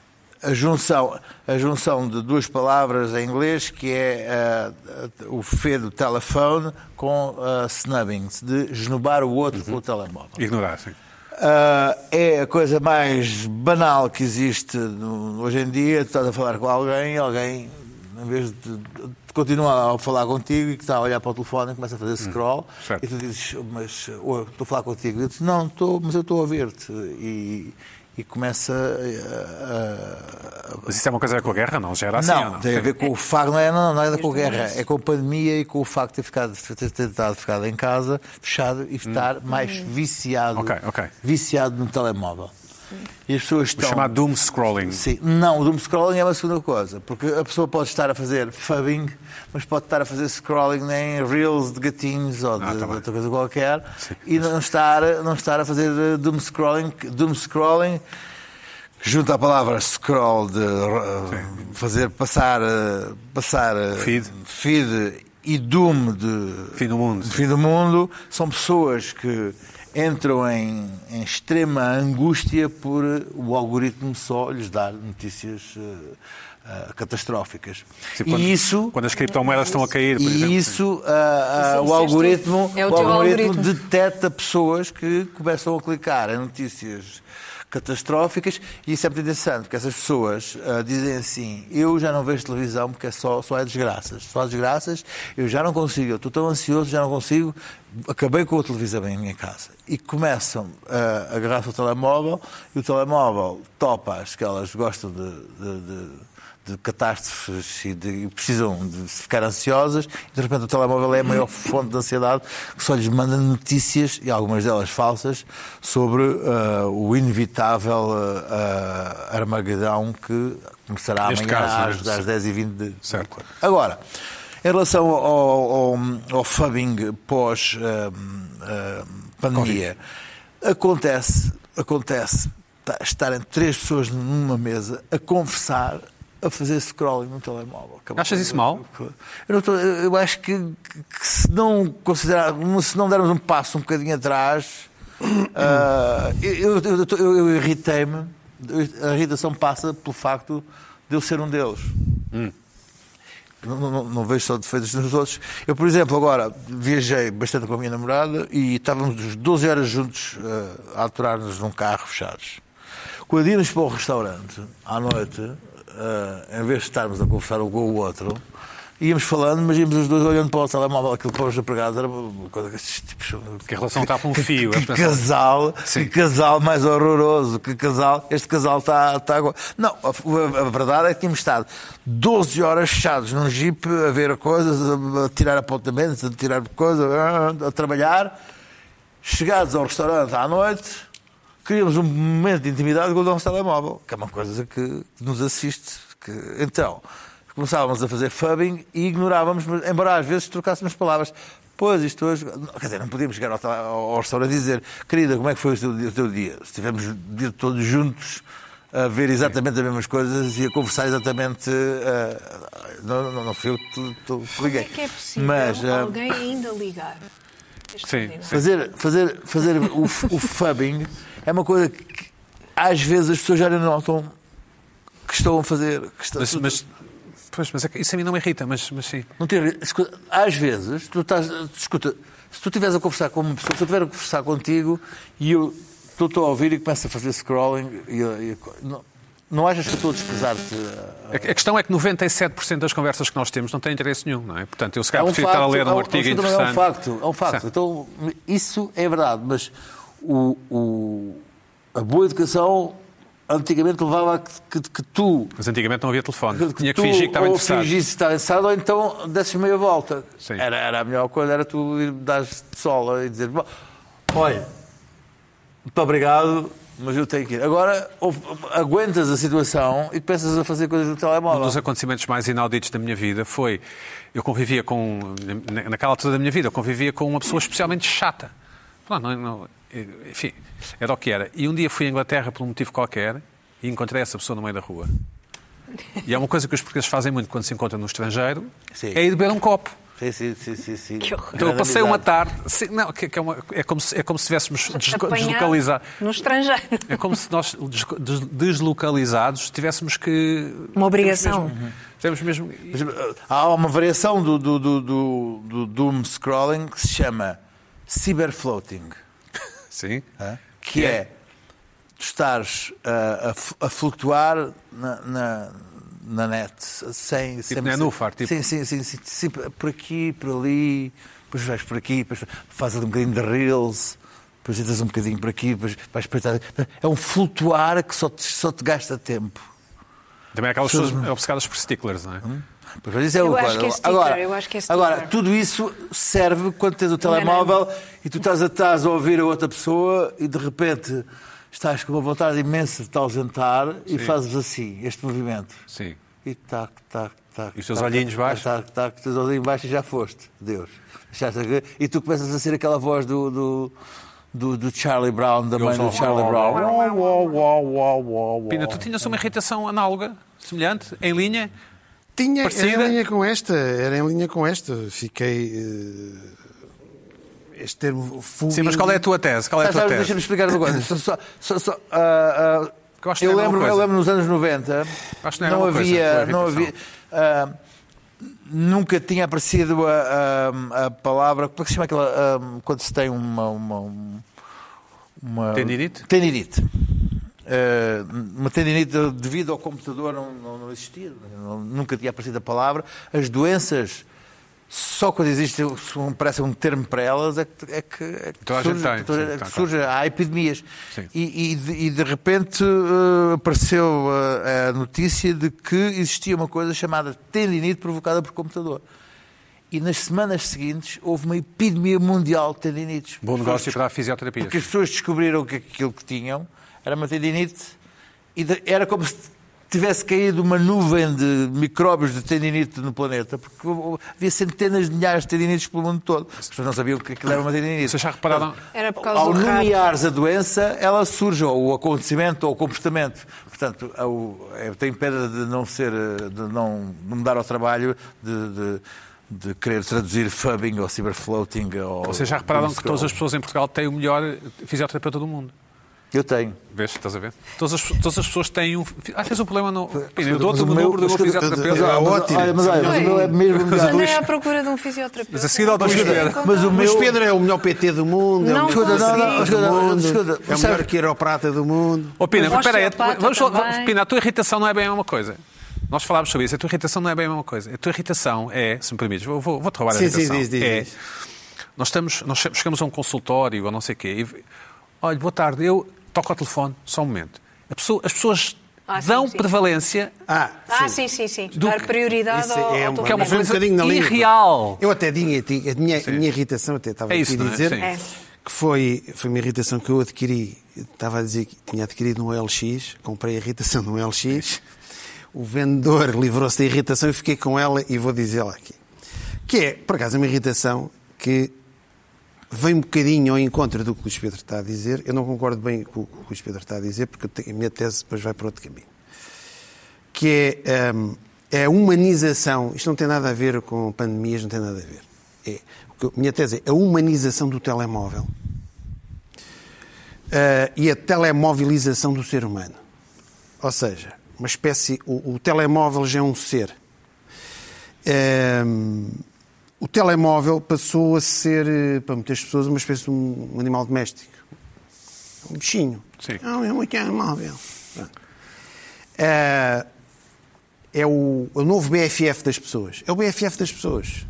D: a junção, a junção de duas palavras em inglês que é eh, o F do telefone com eh, snubbing, de esnobar o outro pelo telemóvel.
A: Ignorar, sim.
D: Ah, é a coisa mais banal que existe no- hoje em dia. Tu estás a falar com alguém, alguém, em vez de, de- continua a falar contigo e que está a olhar para o telefone e começa a fazer scroll.
A: certo.
D: E tu dizes, mas ou, estou a falar contigo. Eu disse, não, estou, mas eu estou a ouvir-te. E, e começa a- a- a
A: Mas isso é uma coisa com a guerra? Não, já era assim. ou
D: não, tem a ver com o facto, não é não, não, nada com a guerra, é com a pandemia e com o facto de ter, ficado, de ter tentado ficar em casa, fechado e estar mais viciado,
A: Hum. Ok, ok.
D: viciado no telemóvel. E as pessoas
A: O
D: estão.
A: chamado doom scrolling.
D: Sim, não, o doom scrolling é uma segunda coisa, porque a pessoa pode estar a fazer fubbing, mas pode estar a fazer scrolling em reels de gatinhos ou de,
A: Ah, tá
D: de
A: bem.
D: outra coisa qualquer
A: Sim.
D: e não estar, não estar a fazer eh, doom scrolling, que- doom scrolling junto à palavra scroll de eh, fazer passar eh, passar eh,
A: Feed.
D: feed e doom de
A: Fim do mundo,
D: de
A: sim.
D: fim do mundo são pessoas que entram em, em extrema angústia por eh, o algoritmo só lhes dar notícias eh, eh, catastróficas
A: Sim,
D: e isso
A: Tipo, Quando as criptomoedas estão a cair, por
D: e
A: exemplo.
D: isso, ah, ah,
C: Isso
D: o
C: é
D: algoritmo,
C: tu. É o
D: o
C: teu
D: algoritmo
C: algoritmo.
D: detecta pessoas que começam a clicar em notícias catastróficas e isso é muito interessante, porque essas pessoas ah, dizem assim, eu já não vejo televisão porque é só, só é desgraças, só há desgraças, eu já não consigo, eu estou tão ansioso, já não consigo, acabei com a televisão em minha casa. E começam ah, a agarrar-se ao telemóvel e o telemóvel topa-as que elas gostam de- de- de de catástrofes e, de- e precisam de ficar ansiosas. E de repente o telemóvel é a maior fonte de ansiedade que só lhes manda notícias, e algumas delas falsas, sobre ah, o inevitável ah, ah, armagedão que começará
A: Neste
D: amanhã
A: caso,
D: às,
A: né?
D: às 10h20 de,
A: Certo.
D: Agora, em relação ao, ao, ao fubbing eh, pós-pandemia, acontece, acontece ta- estarem três pessoas numa mesa a conversar, a fazer scrolling no telemóvel. Que é uma
A: Achas isso mal?
D: eu, não tô- eu- eu acho que, que se não considerar, se não dermos um passo um bocadinho atrás, ah, eu, eu- eu tô- eu- eu irritei-me. A irritação passa pelo facto de eu ser um deles. Não, não- não- não vejo só defeitos nos outros. Eu, por exemplo, agora viajei bastante com a minha namorada e estávamos 12 horas juntos eh, a aturar-nos num carro fechados. Quando íamos para o restaurante, à noite, eh, em vez de estarmos a conversar um com o outro, íamos falando, mas íamos os dois olhando para o telemóvel, aquilo para os apregados, era uma coisa que estes tipos...
A: Que a relação está por um fio.
D: Que
A: é pensar-
D: casal,
A: Sim.
D: que casal mais horroroso, que casal, este casal está, está agora. Não, a, a- a verdade é que tínhamos estado 12 horas fechados num jeep a ver coisas, a, a tirar apontamentos, a tirar coisas, a, a trabalhar. Chegados ao restaurante à noite, queríamos um momento de intimidade com o nosso telemóvel, que é uma coisa que nos assiste. que- Então, começávamos a fazer fubbing e ignorávamos, mas, embora às vezes trocássemos palavras. Pois, isto hoje. Quer dizer, não podíamos chegar ao, tele- ao restaurante e dizer, querida, como é que foi o teu dia? O teu dia? Estivemos o dia todos juntos a ver exatamente as mesmas coisas e a conversar exatamente. eh, ah, não, não, não fui eu que te- te- te
C: Como
D: liguei.
C: é que é possível
D: Mas, ah,
C: alguém ainda ligar? Este
A: Sim,
C: candidato.
A: sim.
D: Fazer, fazer, fazer o, o fubbing é uma coisa que às vezes as pessoas já não notam que estão a fazer. Que estão,
A: Mas,
D: tu-
A: mas, pois, mas é que isso a mim não me irrita, mas, mas sim.
D: não tem- escuta, às vezes, tu estás. Escuta, se tu estiveres a conversar com uma pessoa, se eu estiver a conversar contigo e eu estou a ouvir e começo a fazer scrolling, e, eu- e eu- não, não achas que eu estou a desprezar-te? eh,
A: A- A questão é que 97% das conversas que nós temos não têm interesse nenhum, não é? Portanto, eu se
D: É
A: calhar
D: um
A: prefiro estar a
D: facto,
A: ler
D: é
A: um
D: um-
A: artigo
D: desculpa, mas
A: interessante.
D: É um facto, é um facto.
A: Sim.
D: Então, isso é verdade, mas o, o- a boa educação antigamente levava a que, que- que tu.
A: Mas antigamente não havia telefone.
D: Que,
A: Tinha que
D: tu
A: fingir que estava
D: ou
A: interessado.
D: fingisse estar interessado, ou então desses meia volta.
A: Sim.
D: Era, era a melhor coisa, era tu ir dar de sola e dizer: "Bom, olha, muito obrigado, mas eu tenho que ir. Agora ouve- aguentas a situação e começas a fazer coisas no
A: Um dos
D: telemóvel.
A: acontecimentos mais inauditos da minha vida foi. Eu convivia com. na- Naquela altura da minha vida, eu convivia com uma pessoa especialmente chata. Pronto, não- não- enfim, era o que era. E um dia fui à Inglaterra por um motivo qualquer e encontrei essa pessoa no meio da rua. E é uma coisa que os portugueses fazem muito quando se encontram no estrangeiro:
D: Sim.
A: é ir beber um copo.
D: Sim, sim, sim, sim, sim.
C: Que horror.
A: Então eu
D: Grande
A: passei uma
D: amizade.
A: tarde. Sim, não, que- que é, uma- é como se, é como se tivéssemos desco-
C: Apanhado
A: deslocalizado.
C: No estrangeiro.
A: É como se nós desco- des- deslocalizados tivéssemos que.
C: Uma obrigação.
A: Temos mesmo. Temos mesmo
D: Mas, uh, Há uma variação do, do, do, do, do doom scrolling que se chama cyberfloating,
A: sim.
D: hã? que é tu estares uh, a, fu- a flutuar na, na, na net sem... sem
A: nenúfar, tipo.
D: Sim, sim, sim, sim, sim, por aqui, por ali, depois vais por aqui, depois fazes um bocadinho de reels, depois entras um bocadinho por aqui, depois vais para... É um flutuar que só te, só te gasta tempo.
A: Também há aquelas pessoas obcecadas por sticklers, não é?
D: Pois, mas isso é
C: Eu
D: uma
C: acho
D: coisa.
C: que é sticker,
D: agora,
C: eu acho que é sticker.
D: agora, tudo isso serve quando tens o
C: Não é
D: telemóvel e tu estás a, estás a ouvir a outra pessoa e de repente estás com uma vontade imensa de te ausentar e fazes assim, este movimento.
A: Sim.
D: E tac, tac, tac.
A: E os teus
D: tac,
A: olhinhos
D: tac,
A: baixos?
D: Tac, tac, os teus olhinhos baixos e já foste. Deus. Deixaste a- E tu começas a ser aquela voz do. do do, do Charlie Brown, da mãe
A: sou- um
D: do Charlie Brown. Uau, uau, uau, uau, uau, uau.
A: Pina, tu tinhas uma irritação análoga, semelhante, em linha?
B: Tinha,
A: Parecida?
B: era em linha com esta, era em linha com esta. Fiquei. eh, este termo full.
A: Sim, mas qual é a tua tese? Qual é a
D: Sabe,
A: tua
D: sabe,
A: tese?
D: Deixa-me explicar uma coisa. Só- só- só- só, ah, ah,
A: Que eu acho que
D: eu,
A: não é a
D: lembro,
A: mesma
D: eu
A: coisa.
D: lembro nos anos 90,
A: Acho que não
D: não,
A: é a mesma coisa,
D: havia.
A: a
D: não havia
A: irritação.
D: ah, nunca tinha aparecido a, a- a palavra. Como é que se chama aquela. ah, quando se tem uma. uma, uma
A: Tendinite?
D: Tendinite. Ah, uma tendinite devido ao computador não, não, não existia, não- nunca tinha aparecido a palavra. As doenças. Só quando existe, se um- parece um termo para elas, é que, é que, é que
A: Toda a gente
D: surge,
A: tem,
D: toda-
A: sim,
D: é que
A: tá,
D: surge Hoje há epidemias.
A: Sim.
D: E, e de, e de repente eh, apareceu eh, a notícia de que existia uma coisa chamada tendinite provocada por computador. E nas semanas seguintes houve uma epidemia mundial de tendinites.
A: Bom negócio para a fisioterapia.
D: Porque as pessoas descobriram que aquilo que tinham era uma tendinite e de- era como se tivesse caído uma nuvem de micróbios de tendinite no planeta, porque havia centenas de milhares de tendinites pelo mundo todo. As pessoas não sabiam que aquilo era uma tendinite.
A: Vocês já repararam?
C: Era É por causa
D: Ao
C: do rato.
D: nomeares a doença, ela surge, ou o acontecimento, ou o comportamento. Portanto, ao- eu tenho pena de não ser, eh, de não, de me dar ao trabalho de, de- de querer traduzir fubbing ou cyberfloating. Ou
A: Vocês já repararam que
D: doomscroll.
A: todas as pessoas em Portugal têm o melhor fisioterapeuta do mundo?
D: Eu tenho.
A: Vês? Estás a ver? Todas as, todas as pessoas têm um. Ah, tens um problema no. Pina, eu dou-te
D: Mas
A: o meu número do meu
B: eu-
A: fisioterapeuta.
B: eu-
D: mas- é
B: ótimo.
D: olha, Mas olha, mas o meu é mesmo
C: Mas
D: melhor.
C: andei à procura de um fisioterapeuta.
A: Mas a seguir ao Dom
C: Não
A: Pedro.
C: consegui
D: Mas o
C: encontrar.
B: Mas
D: meu-
B: Pedro é o melhor PT do mundo, é
C: Não
B: o melhor
C: Escuta, não,
B: cirurgião
D: não, escuta,
B: do mundo,
D: escuta,
B: é o
D: sabe-
B: melhor quiroprata do mundo.
A: Ó Pina,
C: Um
A: mas espera aí.
C: osteopata
A: Vamos, falar-
C: também.
A: Pina, a tua irritação não é bem a mesma coisa. Nós falámos sobre isso. A tua irritação não é bem a mesma coisa. A tua irritação é, se me permites, vou, vou, vou trabalhar a
B: Sim, sim,
A: irritação.
B: diz, diz,
A: é,
B: diz.
A: Nós, estamos, nós che- chegamos a um consultório ou não sei o quê. E, ve- olha, boa tarde, eu toco ao telefone, só um momento. A pessoa- as pessoas
C: Ah, sim,
A: dão
C: sim.
A: prevalência
B: Ah,
C: Ah, sim, sim, sim.
A: Do
C: Dar
A: que-
C: prioridade
B: Isso
C: ao,
B: é
C: ao
B: um-
C: teu
A: que é uma
B: Mas um
C: problema.
A: coisa
B: bocadinho na língua.
A: irreal.
B: Eu até tinha, tinha- a minha, a minha irritação, até estava
A: É isso,
B: aqui a
A: não é?
B: dizer,
A: Sim.
C: É.
B: que foi, foi uma irritação que eu adquiri. Eu Estava a dizer que tinha adquirido um LX, comprei a irritação de um LX, o vendedor livrou-se da irritação e fiquei com ela e vou dizê-la aqui. Que é, por acaso, uma irritação que vem um bocadinho ao encontro do que o Luís Pedro está a dizer. Eu não concordo bem com o que o Luís Pedro está a dizer, porque eu tenho- a minha tese depois vai para outro caminho que é, hum, é a humanização. Isto não tem nada a ver com pandemias, não tem nada a ver. É, o que- minha tese é a humanização do telemóvel Ah, e a telemovilização do ser humano. Ou seja, uma espécie. O, o telemóvel já é um ser. Hum, o telemóvel passou a ser, eh, para muitas pessoas, uma espécie de um um animal doméstico. É Um bichinho.
A: Sim.
B: Não, é um telemóvel. Pronto. Ah, é o, o novo BFF das pessoas. É o BFF das pessoas.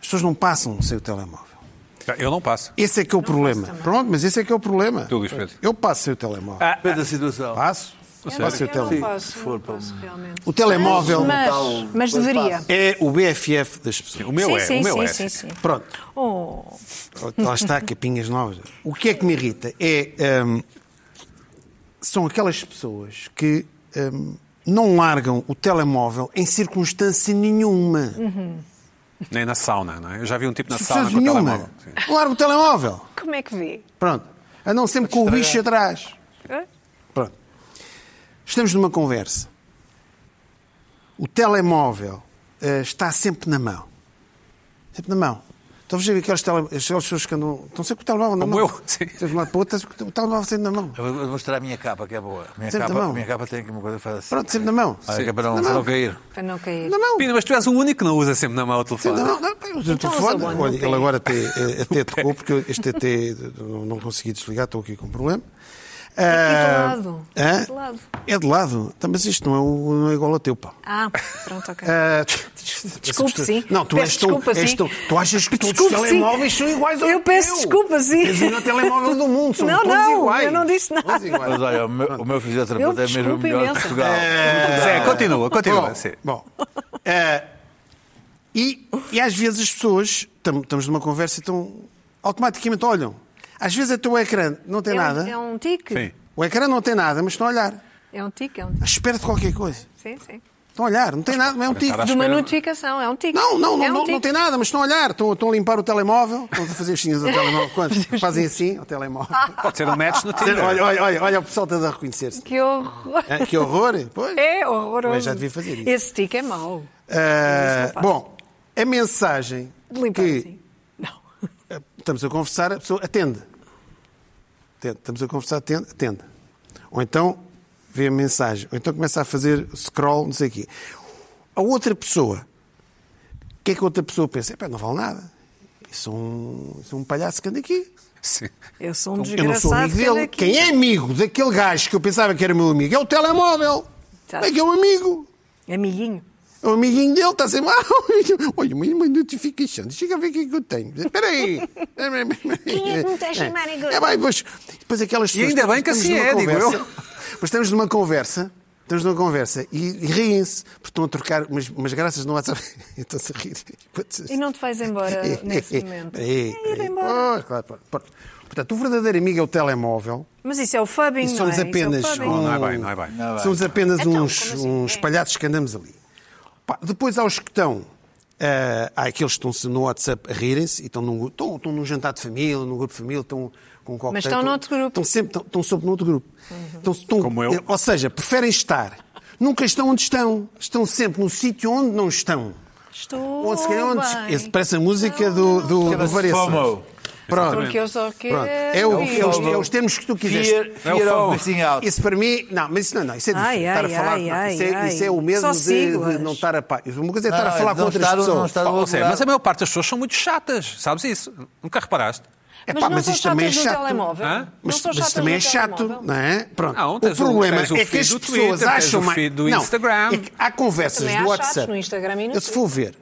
B: As pessoas não passam sem o telemóvel.
A: Eu não passo.
B: Esse é que é o problema. Pronto, mas esse é que é o problema.
A: Tu, Luís Pedro.
B: Eu passo sem o telemóvel.
A: Ah,
D: Depende da situação.
B: Passo.
C: Eu
B: Passo sem o
C: não, eu não
B: telemóvel.
C: posso,
D: Se
C: não
D: for para
C: posso realmente.
B: O telemóvel
C: Mas,
D: Tal-
C: mas deveria.
B: é o BFF das pessoas.
A: O meu
C: sim,
A: é.
C: sim,
A: o meu
C: sim,
A: é.
C: sim, sim.
B: Pronto.
C: Oh,
B: Lá está, capinhas novas. O que é que me irrita é. hum, são aquelas pessoas que hum, não largam o telemóvel em circunstância nenhuma.
A: Nem na sauna, não é? Eu já vi um tipo na sauna
B: circunstância
A: com o
B: nenhuma.
A: telemóvel. Sim.
B: Larga o telemóvel.
C: como é que vê?
B: Pronto. Andam sempre com o bicho atrás.
C: Hã?
B: Pronto. Estamos numa conversa. O telemóvel eh, está sempre na mão. Sempre na mão. Estão a ver aquelas, tele... aquelas pessoas que andam. Estão sempre com o telemóvel na
A: Como
B: mão.
A: eu, sim.
B: Estão de um lado para o outro, estão com o telemóvel sempre na mão.
D: Eu vou eu vou mostrar a minha capa, que é boa. A minha,
B: Sempre
D: capa,
B: na mão.
D: a minha capa tem aqui uma coisa que faz assim.
B: Pronto, sempre na mão.
D: Olha, que é para não,
B: Sempre
D: para
B: na
D: não
B: mão.
D: cair.
C: Para não cair.
B: Na mão.
A: Pina, mas tu és o único que não usa sempre na mão o telefone.
B: Sempre na mão. Não, pá, o telefone.
C: usam, Então, não
B: Olha,
C: tem.
B: ele agora até, eh, até tocou, porque este até não não consegui desligar, estou aqui com um problema.
C: É aqui de
B: Ah,
C: lado.
B: hã?
C: É de lado.
B: É de lado. Tá, Mas isto não é, o- não é igual ao teu, pá.
C: Ah, pronto, ok.
B: Ah,
C: Desculpe,
B: tu-
C: sim.
B: Não, tu
C: Peço
B: és tão,
C: desculpa,
B: és
C: sim.
B: tão- Tu achas que todos
C: Desculpe,
B: os
C: sim.
B: telemóveis são iguais ao
C: Eu peço
B: teu.
C: desculpa, sim.
B: És o melhor telemóvel do mundo, são
C: Não,
B: todos
C: não,
B: iguais.
C: eu não disse
B: Todos
C: nada.
B: iguais.
D: Mas olha, o meu, o meu fisioterapeuta
C: Eu
D: é mesmo o
C: desculpo
D: melhor de
C: imenso.
D: Portugal.
A: Zé, é, continua,
B: Bom,
A: continua. Sim.
B: Bom, ah, e, e às vezes as pessoas, tam- estamos numa conversa e estão, automaticamente olham. Às vezes até o ecrã não tem
C: É um-
B: nada.
C: É um tique.
A: Sim.
B: O ecrã não tem nada, mas estão a olhar.
C: É um tique, é um tique.
B: À espera de qualquer coisa.
C: Sim, sim.
B: Estão a olhar, não tem nada, mas é um tico.
A: estar à
C: De uma
A: espera-
C: notificação, é um tique.
B: Não, não, não,
C: é um
B: não,
C: tique.
B: não tem nada, mas estão a olhar, estão, estão a limpar o telemóvel, estão a fazer as ao telemóvel. Quando fazem assim ao telemóvel.
A: Pode ser um match no
C: é?
A: Tinder.
B: Olha, olha, olha, olha, o pessoal está a reconhecer-se.
C: Que horror.
B: Ah, Que horror! Pois.
C: É horroroso.
B: Mas já devia fazer isso.
C: Esse tique é mau.
B: Ah,
C: isso não faço.
B: bom, a mensagem
C: De limpar
B: que
C: assim. Não.
B: ah, estamos a conversar, a pessoa atende. Atende. Estamos a conversar, atende, atende. Ou então vê a mensagem, ou então começa a fazer scroll, não sei o quê. A outra pessoa, o que é que a outra pessoa pensa? Epá, não vale nada. Isso é um, isso é um palhaço que anda aqui.
A: Sim.
C: Eu sou um
B: Então, Eu não sou
C: desgraçado.
B: amigo dele.
C: que
B: Quem
C: anda
B: é
C: aqui.
B: amigo daquele gajo que eu pensava que era meu amigo é o telemóvel.
C: Tá.
B: Como É que é um amigo.
C: Amiguinho.
B: É um amiguinho dele, está sempre. Ah, olha, uma, uma notificação. Chega a ver o que é que eu tenho. Espera aí. Quem
C: é que me está a chamar agora?
B: É, bem, depois, depois aquelas pessoas.
A: ainda bem que
B: estamos
A: assim
B: numa
A: é, digo eu.
B: conversa- Mas estamos numa conversa. Estamos numa conversa e, e riem-se, porque estão a trocar umas, umas graças no WhatsApp. e Estão-se a rir.
C: E não te vais embora nesse momento.
B: Peraí,
C: É ir
B: peraí.
C: embora.
B: Pois, claro, claro. Portanto, o verdadeiro amigo é o telemóvel.
C: Mas isso é o fubbing,
B: Isso
C: não é?
B: somos apenas
C: Isso é o
B: um-
C: fubbing.
A: Não é bem, não é bem.
D: Não vai.
B: Somos apenas
C: Então,
B: uns,
C: como assim?
B: uns
C: É.
B: palhaços que andamos ali. Pá, depois há os que estão. ah, há aqueles que estão no WhatsApp a rirem-se e estão num, gru- estão, estão num jantar de família, num grupo de família, estão com um cocktail,
C: Mas estão noutro grupo. Uhum.
B: Estão sempre, estão, estão sempre noutro grupo. Estão, estão-
A: Como eu.
B: Ou seja, preferem estar. Nunca estão onde estão. Estão sempre no sítio onde não estão.
C: Estou
B: Ou se tá- calhar onde.
C: Oh, bem.
B: Esse parece a música do, do, do
D: Chama-se
B: Variações.
D: FOMO.
B: Pronto.
C: Porque eu só quero.
B: Pronto. É, o,
C: ir.
B: é os, é os termos que tu quiseste.
D: Fear, fear
A: É o fogo.
D: of missing out.
B: Isso para mim, não, mas isso não, não isso é
C: Ai,
B: diferente. estar a
C: ai,
B: falar,
C: ai,
B: não,
C: ai,
B: isso, é,
C: ai.
B: isso é o mesmo
C: Só
B: de,
C: siglas.
B: de não estar a par. Uma coisa é estar
D: Não,
B: a falar com
D: Ah, não
B: outras
D: estar- um- não
B: pessoas.
D: estar-
C: é
A: Ou seja,
D: Claro.
A: mas a maior parte das pessoas são muito chatas, sabes isso? Nunca reparaste?
B: É
C: mas
B: pá,
C: não
B: mas
C: são
B: isto também é
C: chatas no
B: chato.
C: telemóvel.
A: Hã?
C: Não
B: Mas,
C: são
B: mas
C: chatas
B: também
C: no
B: é chato,
C: telemóvel.
B: não é? Pronto.
A: Não,
B: o
A: tens o-
B: problema
A: tens o
B: é que
A: feed
B: as
A: do
B: pessoas
A: Twitter, tens
B: acham
A: o
B: mais.
A: feed do
B: não,
A: Instagram.
B: é que há conversas
C: Também
B: do
C: há chatos
B: WhatsApp.
C: no Instagram e no
B: eu se for ver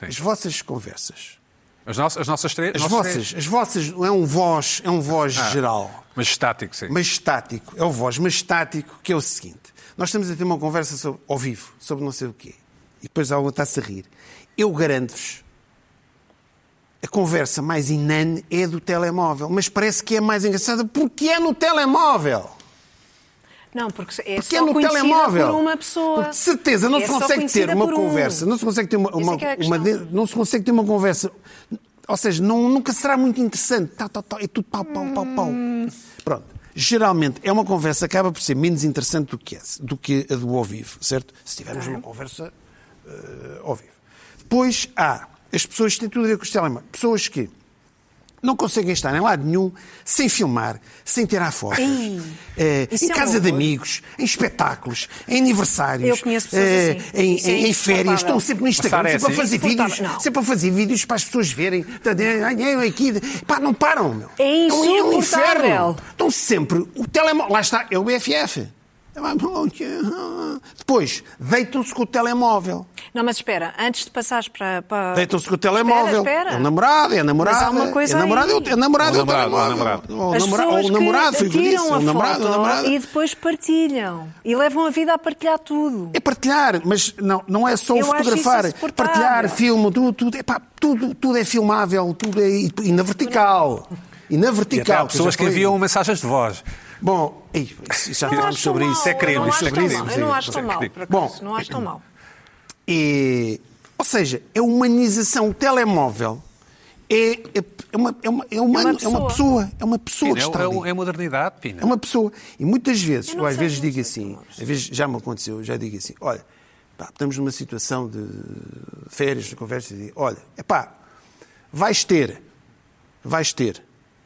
B: as vossas conversas,
A: As, nossas as nossas três.
B: as
A: nós
B: vossas,
A: três.
B: as vossas é um voz, é um voz
A: Ah.
B: geral
A: Mas estático, sim.
B: majestático, é o voz majestático, que é o seguinte: nós estamos a ter uma conversa sobre- ao vivo sobre não sei o quê, e depois alguém está-se a rir. Eu garanto-vos, a conversa mais inane é do telemóvel, mas parece que é mais engraçada porque é no telemóvel.
C: Não, porque é
B: Porque
C: só
B: é no
C: conhecida
B: telemóvel.
C: por uma pessoa.
B: Porque de certeza não
C: É
B: se
C: só
B: consegue ter
C: conhecida
B: uma
C: por um.
B: conversa, não se consegue ter uma, uma-
C: é que é a
B: uma
C: questão.
B: de- não se consegue ter uma conversa. Ou seja, não- nunca será muito interessante. Tal, tal, tal. É tudo pau, pau, pau, pau.
C: Hum.
B: Pronto. Geralmente é uma conversa que acaba por ser menos interessante do que, essa, do que a do ao vivo, certo? Se
C: Tá.
B: tivermos uma conversa eh, ao vivo. Depois há as pessoas que têm tudo a ver com os telemóveis. Pessoas que não conseguem estar em lado nenhum sem filmar, sem tirar fotos.
C: Ei,
B: Eh,
C: isso
B: em
C: é um
B: casa de
C: horror.
B: amigos, em espetáculos, em aniversários,
C: Eu conheço pessoas
B: eh,
C: assim.
B: em,
C: Isso é
B: em- em férias,
C: insuportável.
B: estão sempre no Instagram,
A: Passar é
B: sempre a
A: assim?
B: fazer vídeos,
C: Insuportável, não.
B: sempre a fazer vídeos para as pessoas verem. é, Ai, ai, aqui. Pá, não param, meu.
C: É
B: Então um
C: insuportável.
B: inferno. Estão sempre. O telemóvel. Lá está, é o BFF. é, ah, Depois, deitam-se com o telemóvel.
C: Não, mas espera, antes de passares para. para...
B: Deitam-se com o telemóvel.
C: espera.
B: É o namorado, é a namorada.
C: Mas há uma coisa
B: é o namorado,
C: aí.
B: é o- é o namorado,
A: O
B: é o
A: namorado,
B: telemóvel.
A: o namorado.
B: Ou o
C: As
B: namora- ou
C: pessoas
B: o namorado,
C: que
B: foi o que eu
C: tiram
B: disse.
C: a
B: O namorado, o
C: foto
B: namorado.
C: e depois partilham. E levam a vida a partilhar tudo.
B: É partilhar, mas não, não é só
C: Eu acho
B: fotografar.
C: isso insuportável.
B: Partilhar, filme, tudo, tudo, epá, tudo, tudo é filmável, tudo é e, e na vertical. E
A: E
B: na
A: até há
B: vertical.
A: pessoas
B: já
A: que
B: falei.
A: enviam mensagens de voz.
B: Bom, ei, isso já
C: Não
B: falámos
C: acho tão
B: sobre
C: mal,
B: isso.
A: é crime,
C: não
A: isso
C: acho
A: é
C: tão
A: crime,
C: mal,
A: sim,
C: Eu não
A: sim,
C: acho tão
A: sim,
C: mal,
A: crime.
C: por acaso.
B: Bom.
C: Não acho tão mal.
B: E, ou seja, é a humanização. O telemóvel é, é, uma, é, uma, é, humano, é, uma
C: pessoa.
B: pessoa. É uma pessoa
A: Pina,
B: que
A: é,
B: está
A: é-
B: ali.
A: é modernidade, Pina.
B: É uma pessoa. E muitas vezes,
C: Eu não
B: ou às
C: sei,
B: vezes
C: não
B: digo
C: sei
B: assim,
C: como é
B: às vezes já me aconteceu, eu já digo assim, olha, pá, estamos numa situação de férias, de conversa, e digo, olha, epá, vais ter, vais ter,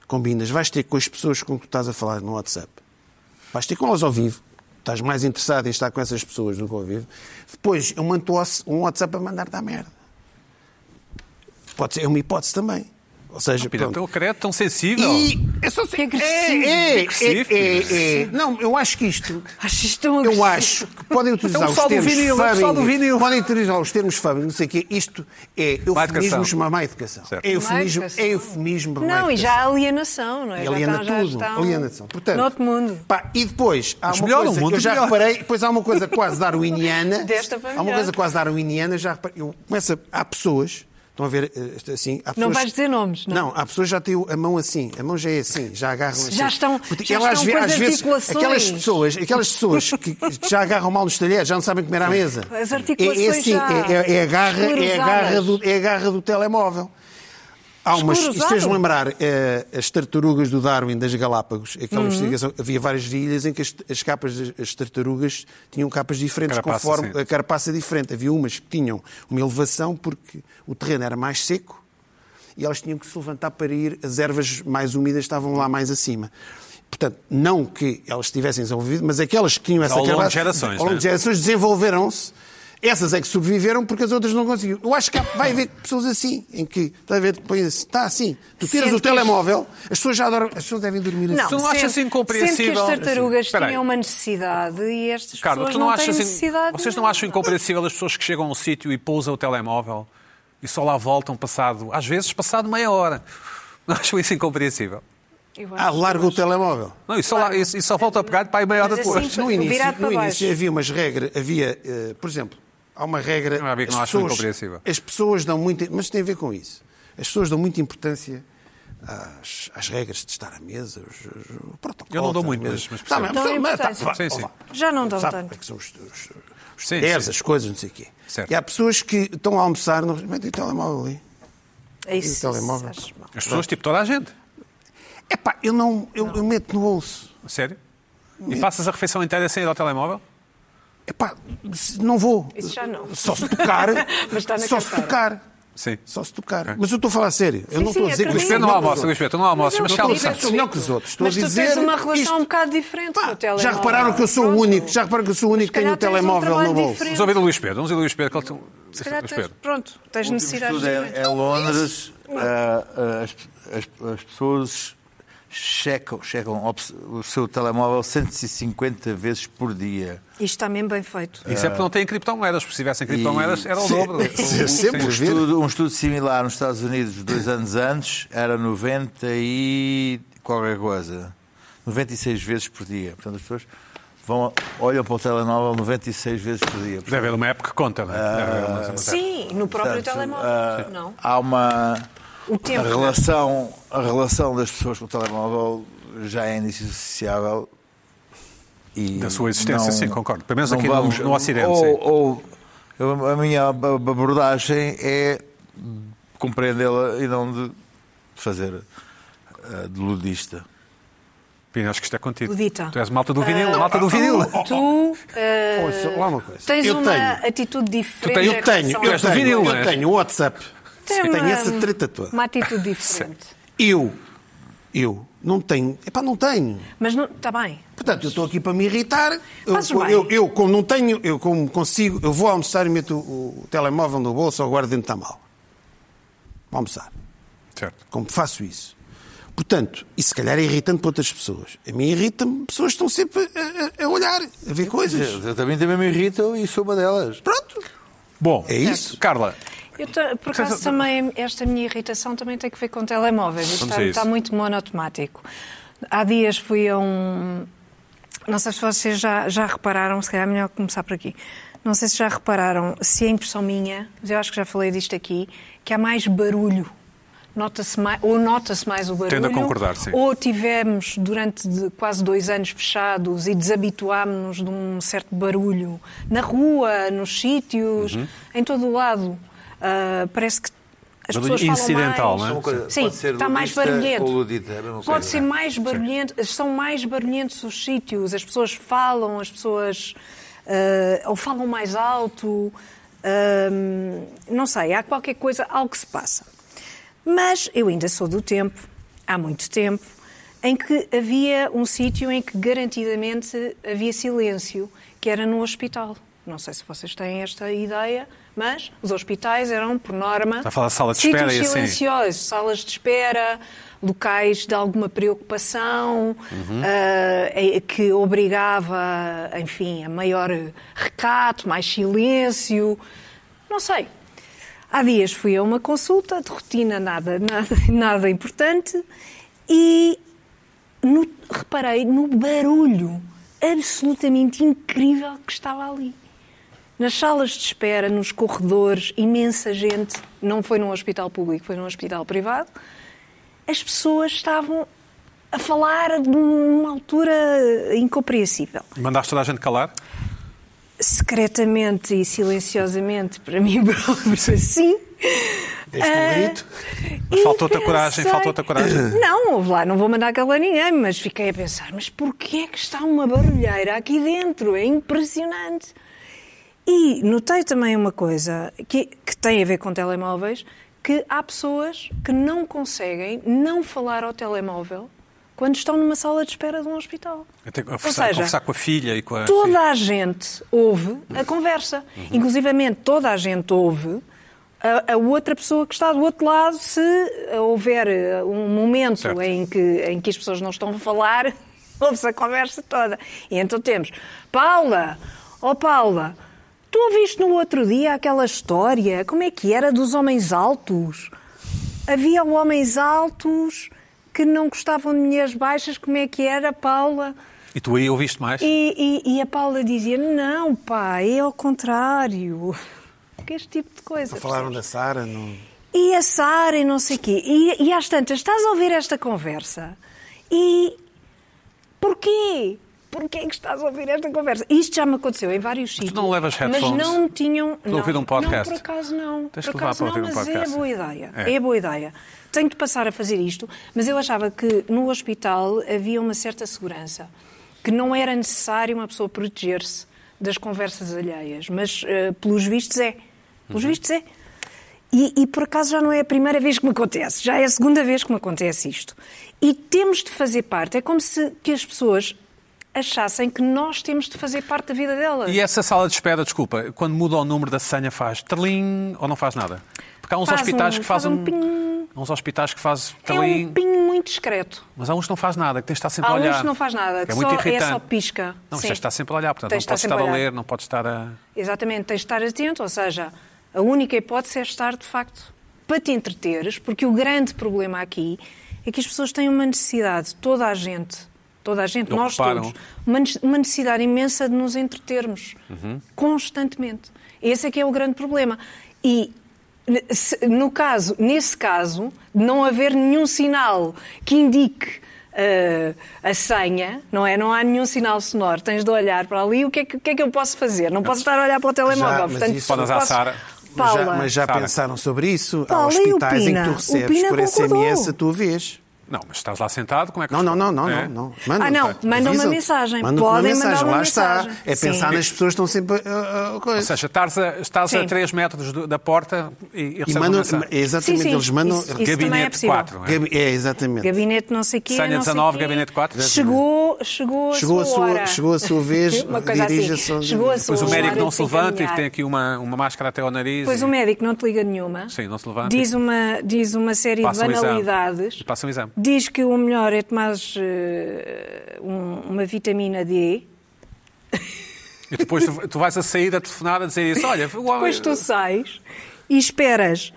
B: combinas, vais ter com as pessoas com que tu estás a falar no WhatsApp, vais ter com elas ao vivo, estás mais interessado em estar com essas pessoas do que ao vivo, depois eu mando um WhatsApp a mandar dar merda. Pode ser, é uma hipótese também. Ou seja,
A: Pina,
B: pronto.
A: tão credo, tão sensível.
B: E é só
C: Que agressivo.
B: É, é,
A: Agressivo.
B: é, é, é. Não, eu acho que isto.
C: Acho isto tão
B: Eu
C: agressivo. Então,
B: acho que podem utilizar
A: É o
B: os
A: pessoal do
B: termos
A: vinil, é o
B: fame,
A: pessoal do vinil.
B: Podem utilizar os termos fame, não sei o quê. Isto é
A: educação.
B: eufemismo, uma má educação.
A: Certo.
B: É eufemismo,
C: Má educação.
B: é eufemismo para má
C: Não, e
B: educação.
C: já a alienação, não é? Já
B: aliena
C: estão- já
B: tudo,
C: estão
B: alienação. Portanto,
C: Noutro mundo.
B: pá, e depois há
A: Mas
B: uma
A: melhor,
B: coisa
A: um mundo
B: que eu já
A: melhor.
B: reparei, depois há uma coisa quase darwiniana.
C: Desta
B: há
C: para
B: uma
C: melhor.
B: coisa quase darwiniana, já reparei. Eu começo a- há pessoas, estão a ver eh, assim, há pessoas,
C: Não vais dizer nomes, não?
B: Não, há pessoas que já têm a mão assim, a mão já é assim, já agarram assim.
C: Já estão-
B: Porque
C: já
B: ela às
C: estão
B: ve-
C: com
B: às
C: as
B: vezes,
C: articulações.
B: aquelas pessoas, aquelas pessoas que, que já agarram mal nos talheres, já não sabem comer à mesa.
C: As
B: é, é
C: articulações
B: assim,
C: já
B: é, é- é a garra, é a garra do, é a garra do telemóvel. Há umas, isso
C: Escurosado.
B: fez-me lembrar eh, as tartarugas do Darwin das Galápagos, aquela investigação. Havia várias ilhas em que as, as capas das as tartarugas tinham capas diferentes,
A: Carapaça,
B: conforme
A: sim.
B: a carapaça diferente. Havia umas que tinham uma elevação porque o terreno era mais seco e elas tinham que se levantar para ir, as ervas mais úmidas estavam lá mais acima. Portanto, não que elas tivessem desenvolvido, mas aquelas que tinham essa
A: Ao longo de
B: carapaça-
A: gerações,
B: ao longo
A: né?
B: de gerações desenvolveram-se. Essas é que sobreviveram porque as outras não conseguiram. Eu acho que há- vai haver pessoas assim, em que está a ver, põe assim, está assim, tu tiras
C: Sente
B: o
C: que as-
B: telemóvel, as pessoas já adoram, as pessoas devem dormir assim.
C: Não,
A: Tu não achas
C: sendo-
A: incompreensível-
C: Sendo que as tartarugas
A: Espera aí.
C: tinham uma necessidade e estas
A: Carla,
C: pessoas
A: tu não,
C: não têm
A: achas. in-
C: necessidade.
A: Vocês não
C: nenhuma.
A: acham incompreensível as pessoas que chegam a um sítio e pousam o telemóvel e só lá voltam passado, às vezes passado meia hora. Não acham isso incompreensível?
C: Eu acho
B: Ah, larga o telemóvel.
A: Não, e só, lá, e, e só volta a pegar para aí meia hora
C: Mas assim-
A: depois.
B: No início,
C: virado para
B: no
C: baixo.
B: início havia umas regras, havia, eh, por exemplo, há uma regra.
A: Não há a ver que
B: as
A: não acho
B: pessoas-
A: incompreensível.
B: As pessoas dão muita. Mas tem a ver com isso. As pessoas dão muita importância às, às regras de estar à mesa, os, os, o protocolo.
A: Eu não dou
B: estar à
A: muito,
B: mesa.
A: mas- mas
B: Tá,
A: percebo.
C: Dão
B: tá,
C: importância.
B: vá,
A: Sim, sim.
B: vá.
C: Já não dão
B: Sabe
C: tanto.
B: como é que são os, os, os
A: Sim,
B: talheres,
A: sim.
B: as coisas, não sei o quê.
A: Certo.
B: E há pessoas que estão a almoçar, não metem o telemóvel ali.
C: É
B: E o
C: isso.
B: telemóvel?
C: isso acho mal.
A: As pessoas, tipo toda a gente.
B: Epá, eu não. Eu, eu meto no bolso.
A: A Sério? E passas a refeição inteira sem ir ao telemóvel?
B: Epá, se- não vou.
C: Isso já não.
B: Só se tocar.
C: Mas está na
B: só se
C: carteira.
B: tocar.
A: Sim.
B: Só se tocar. Mas eu estou a falar a sério. eu
C: Sim,
B: não estou
C: sim,
B: a dizer
A: Luís
C: acredito.
B: que
A: Pedro não
C: Mas
A: almoça,
C: eu-
A: Luís Pedro, tu não almoças, Então, mas
C: Mas eu
A: calma.
C: não sei
B: Sou melhor é que os outros. Estou
C: Mas
B: a
C: tu
B: dizer
C: tens uma relação
B: isto.
C: um bocado diferente
B: Pá,
C: com o telemóvel.
B: já repararam que eu sou o
C: Pronto.
B: único, já repararam que eu sou o único que
C: Se
B: tenho o
C: calhar tens um
B: telemóvel
C: trabalho
B: no bolso.
C: diferente.
A: Vamos ouvir o Luís Pedro, vamos ouvir o Luís Pedro. que ele tem-
C: Se calhar
A: Luís
C: tens,
A: Pedro.
C: pronto, tens
D: último
C: necessidades
D: estudo é,
C: diferentes.
D: é Londres, ah, as, as- as pessoas checam, checam obs- o seu telemóvel 150 vezes por dia.
C: Isto está mesmo bem feito.
A: Isso é porque não têm criptomoedas, porque se tivessem criptomoedas
D: E-
A: era o
D: Sim.
A: dobro.
B: Sim, é sempre
A: Sim.
D: Um
B: Por ver.
D: estudo, um estudo similar nos Estados Unidos dois anos antes era 90 e qualquer coisa. 96 vezes por dia. Portanto, as pessoas vão, olham para o telemóvel 96 vezes por dia.
A: Deve haver uma app que conta, não é? Deve haver uma- uma-
C: Sim, no próprio
D: Portanto,
C: telemóvel. Não.
D: ah, Há uma.
C: O tempo.
D: A relação, a relação das pessoas com o telemóvel já é indissociável. E
A: Da sua existência, sim, concordo. Pelo menos
D: não
A: aqui no- no Ocidente,
D: Ou,
A: sim.
D: ou- eu- a minha ab- ab- abordagem é compreendê-la e não de fazer eh, de ludista.
A: Pina, acho que isto é contigo.
C: Ludita.
A: Tu és malta do vinil,
C: Ah.
A: malta do vinil.
C: Tu, tu, eh,
B: Ouça, lá uma coisa.
C: tens
B: Eu
C: uma
B: tenho.
C: atitude
A: Tu
C: diferente.
A: tens-
C: em
B: Eu tenho,
C: relação
A: Tu
B: eu
A: és do
C: ao-
B: tenho,
A: vinil, não é?
B: eu tenho o WhatsApp.
C: Tem
B: Eu tenho
C: uma-
B: essa treta toda.
C: Uma atitude diferente.
B: Eu, eu não tenho, epá, não tenho.
C: Mas não, está bem.
B: Portanto, eu estou aqui para me irritar. Eu,
C: Fazes bem.
B: eu, eu, como não tenho, eu como consigo, eu vou almoçar e meto o, o telemóvel no bolso ou guardo dentro da mala. Vou almoçar.
A: Certo.
B: Como faço isso? Portanto, e se calhar é irritante para outras pessoas. A mim irrita-me, pessoas que estão sempre a, a- a olhar, a ver coisas.
D: Eu também, também me irrito e sou uma delas.
B: Pronto.
A: Bom,
B: É isso.
A: Carla,
C: Eu ta- por acaso também, esta minha irritação também tem que ver com telemóveis. Isto
A: Vamos
C: está,
A: a isso.
C: está muito monotemático. Há dias fui a um. Não sei se vocês já, já repararam, se calhar é melhor começar por aqui. Não sei se já repararam, se é impressão minha, mas eu acho que já falei disto aqui, que há mais barulho. Nota-se mais, ou nota-se mais o barulho.
A: Tendo a concordar, sim.
C: Ou tivemos durante de- quase dois anos fechados e desabituámos-nos de um certo barulho na rua, nos sítios,
A: Uhum.
C: em todo o lado. Ah, parece que as
A: Barulho
C: pessoas
A: incidental, não
C: falam
A: é?
C: mais.
A: Uma
D: coisa,
C: Sim,
D: pode ser
C: está mais
D: ludista
C: barulhento.
D: ou ludita, é a mesma
C: Pode
D: coisa.
C: ser mais barulhento, são mais barulhentos os sítios, as pessoas falam, as pessoas ah, ou falam mais alto, ahm, não sei, há qualquer coisa, algo que se passa. Mas eu ainda sou do tempo, há muito tempo, em que havia um sítio em que garantidamente havia silêncio, que era no hospital. Não sei se vocês têm esta ideia, mas os hospitais eram, por norma,
A: Está a falar de sala de
C: sítios
A: espera e assim.
C: silenciosos silenciosos, salas de espera, locais de alguma preocupação, ah, eh, que obrigava, enfim, a maior recato, mais silêncio. Não sei. Há dias fui a uma consulta de rotina, nada, nada, nada importante, e no- reparei no barulho absolutamente incrível que estava ali. Nas salas de espera, nos corredores, imensa gente, não foi num hospital público, foi num hospital privado, as pessoas estavam a falar de uma altura incompreensível.
A: mandaste toda a gente calar?
C: Secretamente e silenciosamente, para mim próprio, sim. Ah,
B: Deste um grito.
A: Mas
C: E
A: faltou-te a coragem,
C: pensei-
A: faltou-te a coragem.
C: Não, houve lá, não vou mandar calar ninguém, mas fiquei a pensar, mas porquê é que está uma barulheira aqui dentro? É impressionante. E notei também uma coisa que, que tem a ver com telemóveis, que há pessoas que não conseguem não falar ao telemóvel quando estão numa sala de espera de um hospital.
A: Eu tenho que
C: Ou
A: conversar,
C: seja,
A: conversar com a filha e com a.
C: toda a gente ouve a conversa. Inclusivamente, toda a gente ouve a, a outra pessoa que está do outro lado se eh, houver eh, um momento
A: Certo.
C: em que, em que as pessoas não estão a falar, ouve-se a conversa toda. E então temos Paula, oh Paula, tu ouviste no outro dia aquela história, como é que era dos homens altos? Havia homens altos que não gostavam de mulheres baixas, como é que era, Paula?
A: E tu aí ouviste mais?
C: E, e- e a Paula dizia: Não, pá, é ao contrário. Que este tipo de coisa.
B: Falaram da Sara. Não...
C: E a Sara e não sei o quê. E, e às tantas, estás a ouvir esta conversa e. Porquê? Porquê é que estás a ouvir esta conversa? Isto já me aconteceu em vários sítios.
A: não levas headphones?
C: Mas não tinham.
A: a
C: não,
A: ouvir um podcast?
C: Não, por acaso não.
A: Tens
C: por
A: que levar
C: acaso
A: para ouvir
C: não,
A: um
C: mas é
A: podcast.
C: boa ideia.
A: É.
C: É. boa ideia. Tenho de passar a fazer isto, mas eu achava que no hospital havia uma certa segurança, que não era necessário uma pessoa proteger-se
A: Uhum.
C: das conversas alheias, mas eh, pelos vistos é. Pelos vistos é. E E, e, por acaso já não é a primeira vez que me acontece, já é a segunda vez que me acontece isto. E temos de fazer parte. É como se que as pessoas achassem que nós temos de fazer parte da vida delas.
A: E é essa sala de espera, desculpa, quando muda o número da senha faz tling ou não faz nada? Porque há uns
C: Faz
A: hospitais
C: um-
A: que fazem.
C: faz um ping.
A: Há uns hospitais que fazem
C: É um
A: tling.
C: pinho muito discreto.
A: Mas há uns que não faz nada, que tens de estar sempre
C: Há
A: a olhar.
C: uns que não faz nada,
A: É
C: que
A: muito
C: só- é
A: irritante.
C: só pisca.
A: Não, mas
C: Sim.
A: tens de estar sempre a olhar, portanto,
C: Tens de
A: não podes
C: estar
A: estar a
C: sempre a
A: ler, não podes estar a.
C: Exatamente, tens de estar atento, ou seja, a única hipótese é estar, de facto, para te entreteres, porque o grande problema aqui é que as pessoas têm uma necessidade, toda a gente, toda a gente,
A: Não
C: nós
A: reparam.
C: todos, uma nece- uma necessidade imensa de nos entretermos,
A: Uhum.
C: constantemente. Esse é que é o grande problema. E n- se- no caso, nesse caso, de não haver nenhum sinal que indique eh, a senha, não é? Não há nenhum sinal sonoro. Tens de olhar para ali. O que é que, o que é que eu posso fazer? Não posso estar a olhar para o telemóvel.
B: mas
C: portanto,
B: isso-
A: Podes à
C: posso-
A: Sara.
B: Mas
C: Paula,
B: já, mas já
A: Sara.
B: pensaram sobre isso? Há
C: Paula, e o
B: hospitais em que
C: Pina?
B: tu
C: O
B: recebes
C: Pina
B: por
C: concordou.
B: SMS a tua vez.
A: Não, mas estás lá sentado, como é que
B: Não, não, não, não,
A: É?
B: não, não.
C: Ah, não, manda uma
B: avisam-te.
C: mensagem.
B: Manda-te
C: Podem
B: uma
C: mandar
B: mensagem,
C: uma
B: lá
C: mensagem.
B: está. É
C: Sim.
B: pensar nas pessoas que estão sempre a uh,
A: Ou seja, estás a, estás a
C: Sim.
A: 3 metros do- da porta e, e
B: E um
A: recebes uma
B: mandam, é
A: mensagem.
B: exatamente,
C: Sim, sim,
B: eles mandam.
C: isso- isso- também é
A: Gabinete
C: possível.
A: 4, não é?
B: Gabi- É, exatamente.
C: Gabinete não sei quê.
A: Senha
C: não sei
A: 19,
C: quê.
A: gabinete 4.
C: Chegou, chegou, a
B: Chegou a
C: sua
B: sua-
C: hora.
B: chegou a sua vez,
C: Uma coisa assim.
B: dirija-se ao-
C: Chegou a sua
A: Depois o médico
C: hora
A: não
C: de
A: se levanta e
C: encaminhar.
A: tem aqui uma, uma máscara até ao nariz.
C: Pois
A: e
C: o médico não te liga nenhuma.
A: Sim, não se levanta.
C: Diz uma, diz uma série
A: passa um
C: de
A: exame.
C: banalidades.
A: E Passa um exame.
C: Diz que o melhor é tomar eh, um- uma vitamina D.
A: E depois tu, tu vais a sair da telefonada a dizer isso. Olha, uau,
C: Depois tu sais e esperas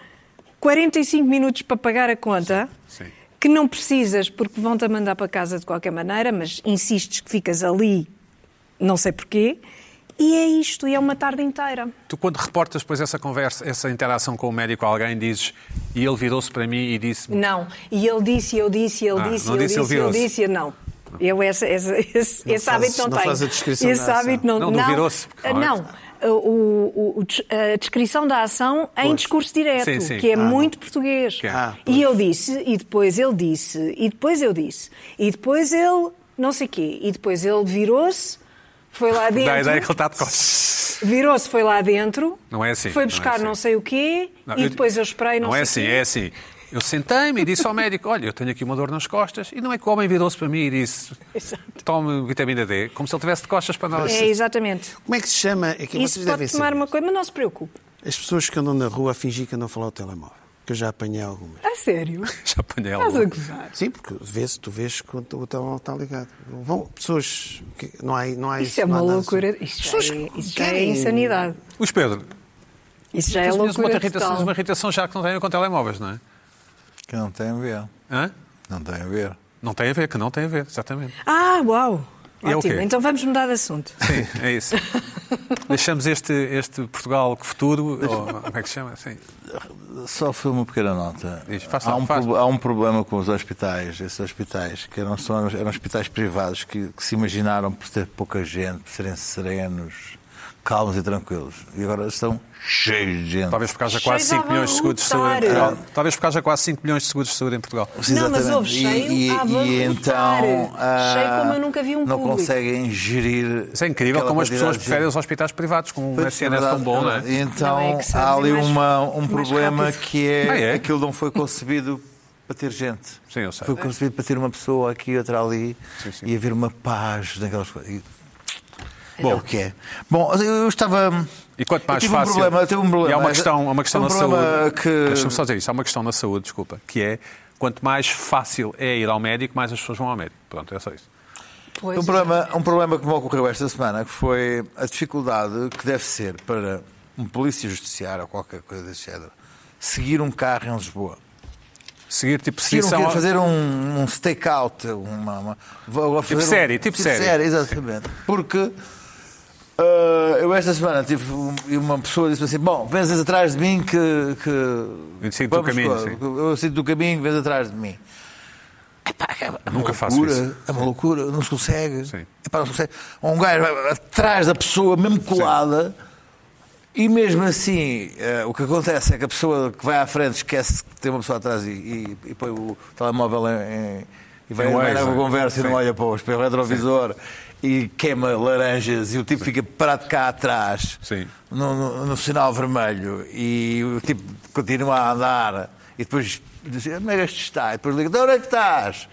C: 45 minutos para pagar a conta.
A: Sim.
C: Que não precisas, porque vão-te a mandar para casa de qualquer maneira, mas insistes que ficas ali, não sei porquê. E é isto, e é uma tarde inteira.
A: Tu, quando reportas depois essa conversa, essa interação com o médico a alguém, dizes. E ele virou-se para mim e disse-me.
C: Não, e ele disse, e eu disse, e ele
A: Ah,
C: disse, e
A: não
C: eu
A: disse, ele
C: disse, e eu
A: virou-se.
C: disse, e eu não. Eu esse, esse, esse, esse
B: faz-
C: hábito não,
B: não
C: tenho.
B: faz a descrição
C: esse
B: da ação.
C: hábito não
A: Não, do virou-se, porque
C: Ah,
A: não é?
C: Não, O- o- o des- a descrição da ação em discurso direto,
A: Sim, sim.
C: que é
A: Ah,
C: muito português.
A: é.
B: Ah,
C: e eu disse, e depois ele disse, e depois eu disse, e depois ele não sei quê, e depois ele virou-se, foi lá
A: Dá a ideia que
C: dentro,
A: ele está de costas.
C: virou-se, foi lá dentro,
A: Não é assim,
C: foi
A: não é
C: buscar
A: assim.
C: não sei o quê,
A: Não,
C: e depois eu esperei não,
A: Não
C: sei
A: é
C: o
A: assim,
C: quê.
A: é assim. Eu sentei-me e disse ao médico: Olha, eu tenho aqui uma dor nas costas. E não é que o homem virou-se para mim e disse: Tome vitamina D, como se ele tivesse de costas para nós.
C: É, exatamente.
B: Como é que se chama? É
D: Então,
B: que
C: Isso
B: vocês
C: pode
B: devem
C: tomar
B: saber.
C: uma coisa, mas não se preocupe.
B: As pessoas que andam na rua a fingir que andam a falar o telemóvel. Que eu já apanhei algumas.
C: A sério?
D: Tá
A: Já apanhei
C: Estás a
A: algo.
C: gozar?
B: Sim, porque vês, tu vês que o telemóvel está ligado. Vão pessoas que não há, não há
C: Isso é
B: não há
C: uma
B: nada assim.
C: loucura.
B: sobre-
D: assim.
C: Isso já
B: Pessoas
C: é,
B: que
C: isso já é
B: querem-
C: insanidade.
A: Luís Pedro,
C: Isso já é
A: tu tinhas uma
C: loucura
A: irritação,
C: total.
A: uma irritação já que não tem a ver com telemóveis, não é?
D: Que não tem a ver.
A: Hã?
D: Não tem a ver.
A: Não tem a ver, que não tem a ver, exatamente.
C: Ah, uau!
A: E é o
C: Ótimo,
A: quê?
C: então vamos mudar de assunto.
A: Sim, é isso. Deixamos este, este Portugal que futuro, ou como é que se chama? Sim.
D: Só foi uma pequena nota.
A: Diz, faz lá,
D: há, um
A: faz.
D: prob- há um problema com os hospitais, esses hospitais, que eram, só, eram hospitais privados que, que se imaginaram por ter pouca gente, por serem serenos, calmos e tranquilos. E agora estão cheios de gente.
A: Talvez por causa de quase
C: Chega
A: 5 milhões de seguros de saúde em
C: a voltar.
A: Portugal. Talvez por causa de quase 5 milhões de seguros de saúde em Portugal.
C: Não, mas houve cheio
D: e, e,
C: a
D: e
C: abarrotar.
D: então ah,
C: Cheio como eu nunca vi um
D: Não
C: público.
D: conseguem gerir.
A: Isso é incrível
D: aquela
A: como as
D: quantidade
A: pessoas
D: de
A: preferem
D: gente.
A: os hospitais privados com um
D: Pois,
A: SNS
D: verdade,
A: tão bom, não é?
D: Então
C: Não, é que sabes
D: há ali
C: ir mais-
D: uma- um
C: mais
D: problema
C: rápido.
D: que é,
A: Ah, é?
D: aquilo não foi concebido para ter gente.
A: Sim, eu sei.
D: Foi concebido para ter uma pessoa aqui, outra ali e haver uma paz naquelas coisas. E- Bom, o que é? Bom, eu estava.
A: E quanto mais
D: eu tive
A: fácil.
D: Um problema, eu tive um problema.
A: E há uma questão, há uma questão
D: um
A: na
D: problema
A: saúde. Deixa-me
D: Que...
A: só dizer isto. Há uma questão na saúde, desculpa, que é quanto mais fácil é ir ao médico, mais as pessoas vão ao médico. Pronto, é só isso.
C: Pois, é.
D: Um problema, um problema que me ocorreu esta semana que foi a dificuldade que deve ser para um polícia judiciário ou qualquer coisa desse género seguir um carro em Lisboa.
A: Seguir tipo
D: Seguir um,
A: perseguição.
D: quer
A: ao-
D: fazer um, um stakeout, uma, uma, vou fazer um-
A: série, tipo série.
D: exatamente. Porque ah, eu esta semana tive um- e uma pessoa disse-me assim: Bom, vens atrás de mim que. que
A: Eu sigo o teu caminho,
D: co-
A: sim.
D: Eu sigo do caminho, vens atrás de mim. Epá, é uma
A: Nunca faço
D: loucura,
A: isso.
D: É uma loucura, não se consegue.
A: Sim.
D: Epá, não se consegue. Ou Um gajo vai atrás da pessoa, mesmo colada, e mesmo assim eh, o que acontece é que a pessoa que vai à frente esquece que tem uma pessoa atrás e, e, e põe o telemóvel em. em- e vai
A: Em
D: vai
A: Waze,
D: na
A: não é?
D: conversa e não
A: Sim.
D: olha para o espelho retrovisor. e queima laranjas e o tipo fica parado cá atrás
A: Sim.
D: No, no- no sinal vermelho e o tipo continua a andar e depois diz, onde é que este está? E depois liga, "De onde é que estás?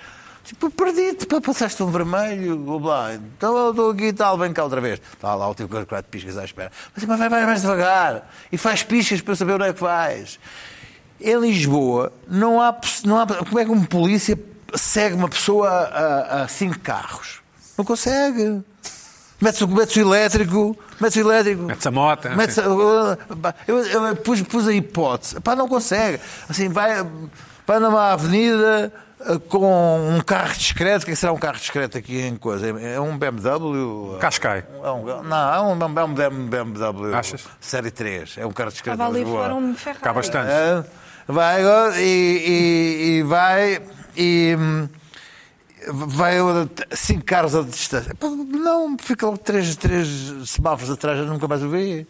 D: Tipo, perdi-te, pá, passaste um vermelho, blá, blá. Então eu estou aqui e tal, vem cá outra vez. Está lá o tipo com as quatro piscas à espera. Mas, mas vai, vai mais devagar e faz piscas para saber onde é que vais. Em Lisboa, não há, pos- não há- como é que um polícia segue uma pessoa a, a cinco carros? Não consegue. Mete-se o- mete-se o elétrico, mete-se o elétrico.
A: Mete-se a moto, né? Assim.
D: Mete-se- eu, eu- eu pus, pus a hipótese. Pá, não consegue. Assim, vai, vai numa avenida eh, com um carro discreto. O que é que será um carro discreto aqui em coisa? É um BMW?
A: Cascai.
D: É um- não, é um, é um BMW.
A: Achas?
D: Série 3. É um carro discreto.
C: Estava
D: em
C: ali
D: Lisboa.
C: fora um Ferrari.
A: Cá bastante.
D: É, Vai agora e, e- e vai e hum, vai a cinco carros à distância. Pá, Não, fica logo três, três semáforos atrás, eu nunca mais o vi.